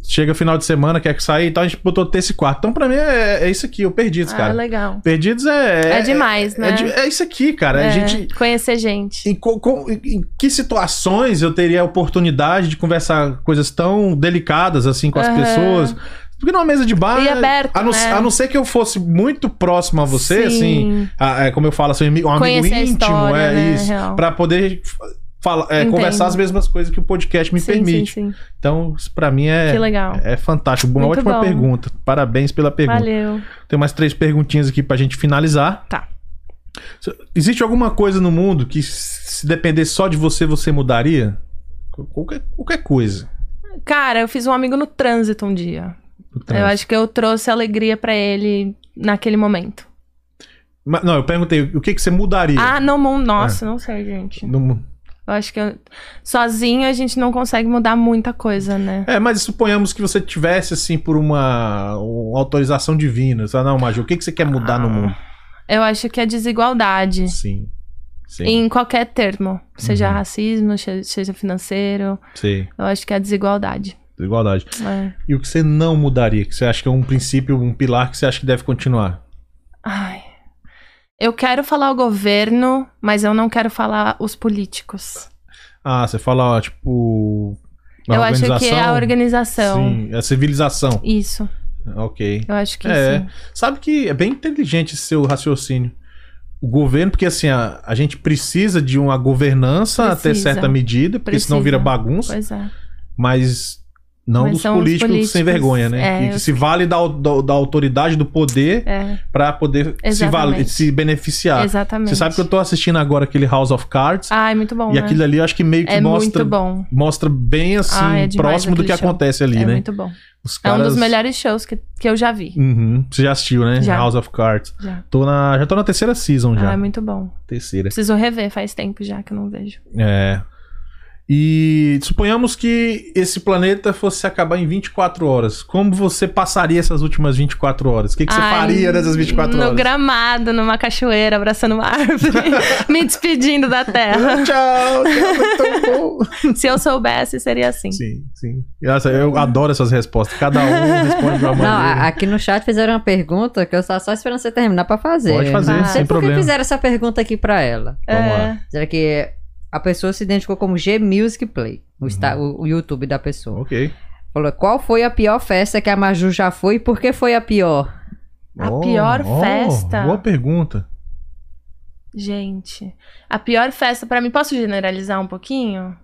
Chega final de semana, quer sair e tal, a gente botou terça e quarta. Então, pra mim, é, é isso aqui, o Perdidos,
Ah,
cara.
legal.
Perdidos é.
É, demais,
é-
né?
é de- é isso aqui, cara.
É,
A gente.
Conhecer gente.
Em, co- co- em que situações eu teria a oportunidade de conversar coisas tão delicadas assim com as
Aham.
pessoas? Porque numa mesa de bar.
E aberto,
a, não,
né?
a não ser que eu fosse muito próximo a você, assim.
Sim.
Ah, é, como eu falo, assim, um amigo
Conhecer a
íntimo,
história,
é
né,
isso.
real.
Pra poder f- fala- é,
Entendo.
conversar as mesmas coisas que o podcast me
sim,
permite.
sim, sim.
Então, isso pra mim é,
Que legal.
é fantástico. Uma
Muito
ótima
bom.
pergunta. Parabéns pela pergunta.
Valeu.
Tem mais três perguntinhas aqui pra gente finalizar.
Tá.
S- Existe alguma coisa no mundo que, se depender só de você, você mudaria? Qu- Qualquer, qualquer coisa.
Cara, eu fiz um amigo no trânsito um dia. Eu acho que eu trouxe alegria pra ele naquele momento.
Mas, não, eu perguntei o que, que você mudaria?
Ah, não, mon- nossa, não sei, gente.
No mu-
Eu acho que eu- sozinho a gente não consegue mudar muita coisa, né?
É, mas suponhamos que você tivesse, assim, por uma, uma autorização divina. Sabe? Não, Maju, o que, que você quer mudar
Ah.
no mundo?
Eu acho que a desigualdade,
Sim. Sim.
em qualquer termo, seja
Uhum.
racismo, che- seja financeiro,
Sim.
eu acho que é a desigualdade.
Igualdade.
É.
E o que você não mudaria? Que você acha que é um princípio, um pilar que você acha que deve continuar?
Ai. Eu quero falar o governo, mas eu não quero falar os políticos.
Ah, você fala, ó, tipo. Na
eu acho que é
organização?
a organização.
Sim, a civilização.
Isso,
Ok.
eu acho que
é.
sim.
Sabe que é bem inteligente esse seu raciocínio. O governo, porque assim, a, a gente precisa de uma governança até
Precisa.
certa medida, porque senão
Precisa.
vira bagunça,
Pois é.
mas não
Mas
dos
são os
políticos, sem
políticos,
vergonha, né?
é,
que
eu-
se vale da, au- da, da autoridade, do poder,
É,
pra poder se,
Exatamente.
vale- se beneficiar.
exatamente.
Ah, Você sabe que eu tô assistindo agora aquele House of Cards,
Ai, muito bom,
e
né?
aquilo ali eu acho que meio que
É
mostra,
muito bom.
mostra bem assim,
Ah, é demais
próximo do que
aquele show.
acontece ali,
é
né?
muito bom.
Os
É um
caras-
dos melhores shows que, que eu já vi.
Uhum. Você já assistiu, né?
Já.
House of Cards.
Já.
Tô na, já tô na terceira season já.
Ah, é muito bom.
Terceira.
Preciso rever, faz tempo já que eu não vejo.
É. E suponhamos que esse planeta fosse acabar em 24 horas. Como você passaria essas últimas 24 horas? O que, que você
Ai,
faria nessas 24
no
horas?
gramado, numa cachoeira, abraçando uma árvore, me despedindo da
*laughs* *laughs*
terra.
Tchau, tchau,
*laughs*
tão bom.
Se eu soubesse, seria assim.
Sim, sim. Nossa, eu adoro essas respostas. Cada um responde de uma
Não,
maneira.
a- aqui no chat fizeram uma pergunta que eu estava só esperando você terminar pra fazer.
Pode fazer,
sem
Não sei por que
problema.
fizeram essa pergunta aqui pra ela.
Vamos
É.
lá.
Será que a pessoa se identificou como G Music Play, o,
Uhum.
sta- o- o YouTube da pessoa.
Ok.
Falou, qual foi a pior festa que a Maju já foi e por que foi a pior?
A pior festa.
Boa pergunta.
Gente, a pior festa pra mim, posso generalizar um pouquinho?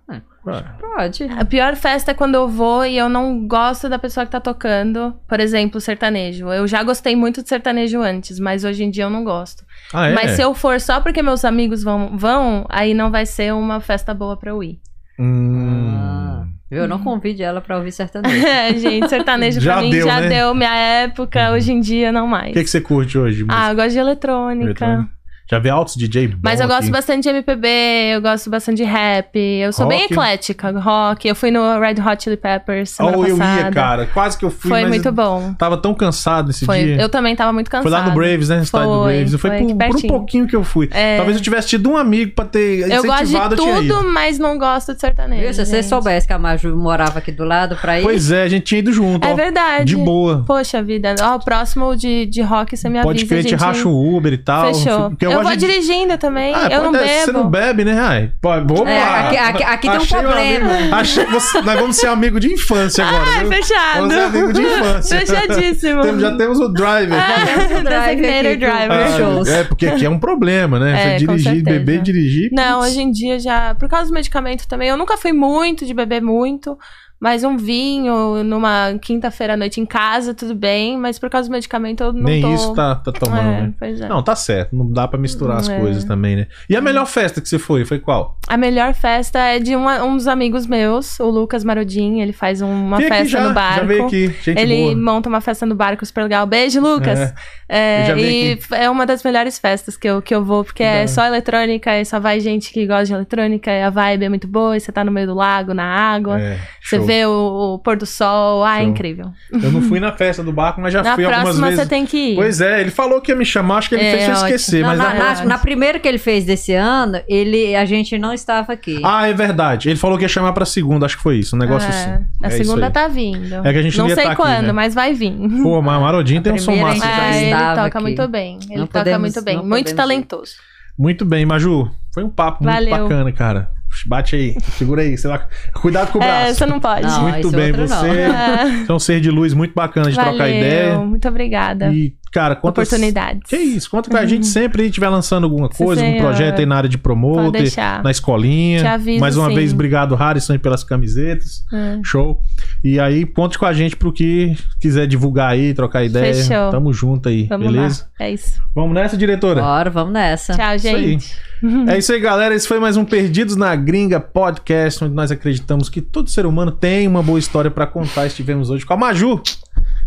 Claro.
Pode.
A pior festa é quando eu vou e eu não gosto da pessoa que tá tocando, por exemplo, sertanejo. Eu já gostei muito de sertanejo antes, mas hoje em dia eu não gosto.
Ah, é?
Mas se eu for só porque meus amigos vão, vão aí não vai ser uma festa boa pra eu ir. *laughs*
Hum.
Ah, viu? Eu não convide ela pra ouvir sertanejo.
É, gente, sertanejo
Já
pra mim
deu,
já
né?
deu minha época, hoje em dia não
O
mais.
que, que você curte hoje?
Ah, eu gosto de
música?
eletrônica.
Já vi altos DJ bom
Mas eu
aqui.
gosto bastante de MPB, eu gosto bastante de rap, eu sou bem
Rock?
eclética, rock. Eu fui no Red Hot Chili Peppers semana
Oh, eu
passada.
ia, cara. Quase que eu fui,
Foi
mas
muito bom.
tava tão cansado esse
Foi,
dia.
eu também tava muito cansada.
Foi lá no Braves, né? No estádio do
Foi,
Braves. Foi,
foi
por,
aqui
por um
pertinho. É.
pouquinho que eu fui. Talvez eu tivesse tido um amigo pra ter
Eu gosto de
incentivado, eu tinha ido.
tudo, mas não gosto de sertanejo.
*laughs* Viu? Se você
gente.
soubesse que a Maju morava aqui do lado pra ir. *laughs*
Pois é, a gente tinha ido junto,
É
ó.
verdade.
De boa.
Poxa vida. Ó, o próximo de, de rock você me avisa.
Pode crer, a gente racha
o
um Uber e tal.
Fechou.
Porque
Eu,
gosto
vou
de-
dirigindo também.
Ah,
eu
pode-
não
é,
bebo.
Você não bebe, né? Ai, pô, opa!
É, aqui- aqui- aqui tem um
Achei
problema.
amigo. Achei- você- nós vamos ser amigos de infância agora.
*laughs* Ah,
viu?
fechado.
Vamos ser amigos é
*laughs*
de infância.
Fechadíssimo.
Temos- já temos o driver.
Ah, Designated
Ah,
driver.
shows.
é, porque aqui é um problema, né?
É,
você
com
dirigir,
certeza.
beber, dirigir.
Não,
putz.
hoje em dia já. Por causa do medicamento também, eu nunca fui muito de beber muito. Mas um vinho numa quinta-feira à noite em casa, tudo bem. Mas por causa do medicamento eu não
Nem
tô.
isso tá, tá tomando,
é,
né?
pois é.
Não, tá certo. Não dá pra misturar as
É.
coisas também, né? E a melhor festa que você foi? Foi qual?
A melhor festa é de uma- um dos amigos meus, o Lucas Marodin. Ele faz um- uma
Veio aqui
festa
já,
no barco.
Já veio aqui. Gente
Ele
boa.
monta uma festa no barco super legal. Beijo, Lucas!
É.
É,
Eu já vi
e f- é uma das melhores festas que eu, que eu vou, porque é
Da-
só eletrônica, e só vai gente que gosta de eletrônica, e a vibe é muito boa, e você tá no meio do lago, na água,
É,
você
show.
vê o, o pôr do sol, ah, é
Show.
incrível.
Eu não fui na festa do barco, mas já
na
fui algumas
próxima
vezes.
você tem que ir.
Pois é, ele falou que ia me chamar, acho que ele
É,
fez eu
ótimo. é.
esquecer,
Não,
mas
na,
na-
na- na primeira que ele fez desse ano, ele, a gente não estava aqui.
Ah, é verdade. Ele falou que ia chamar pra segunda, acho que foi isso. Um negócio
é,
assim.
A
É isso
segunda
aí.
tá vindo.
É que a gente não
não
ia
sei
tá aqui,
quando,
né?
mas vai vir.
Pô, mas o Marodinho tem um
A
som
primeira
massa.
gente-
também.
já
É, ele
estava
toca
aqui.
muito bem. Ele
Não
toca
podemos-
muito bem.
não
Muito
podemos
talentoso.
Muito bem, Maju. Foi um papo
Valeu.
muito bacana, cara. Bate aí, segura aí. Sei lá. Cuidado com o
É,
braço.
você não pode. *laughs*
Não,
muito
esse
bem,
outro não.
você.
É.
Você é um ser de luz muito bacana de trocar
Valeu,
ideia.
Muito obrigada.
E, cara, conta.
Oportunidades. Uhum.
Que isso? Conta com a gente sempre aí estiver lançando alguma
Sim,
coisa, um
senhora.
projeto aí na área de
Pode
promoter,
deixar.
na escolinha.
Te aviso,
Mais uma
sim.
vez, obrigado, Harrison, aí pelas camisetas.
É.
Show. E aí, conte com a gente pro que quiser divulgar aí, trocar ideia.
Fechou.
Tamo junto aí,
Vamos
beleza?
lá. É isso.
Vamos nessa, diretora?
Bora, vamos nessa.
Tchau,
Isso aí.
gente.
É isso aí, galera. Esse foi mais um Perdidos na Gringa podcast, onde nós acreditamos que todo ser humano tem uma boa história pra contar. Estivemos hoje com a Maju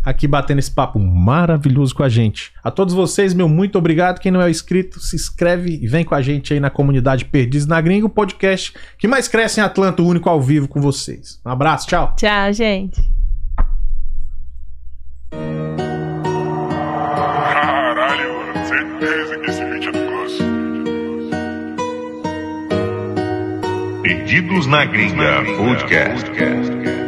aqui batendo esse papo maravilhoso com a gente. A todos vocês, meu muito obrigado. Quem não é inscrito, se inscreve e vem com a gente aí na comunidade Perdidos na Gringa, o podcast que mais cresce em Atlanta, o único ao vivo com vocês. Um abraço, tchau.
Tchau, gente.
Caralho, mano, certeza que esse vídeo é do gosto. Perdidos na Gringa Podcast.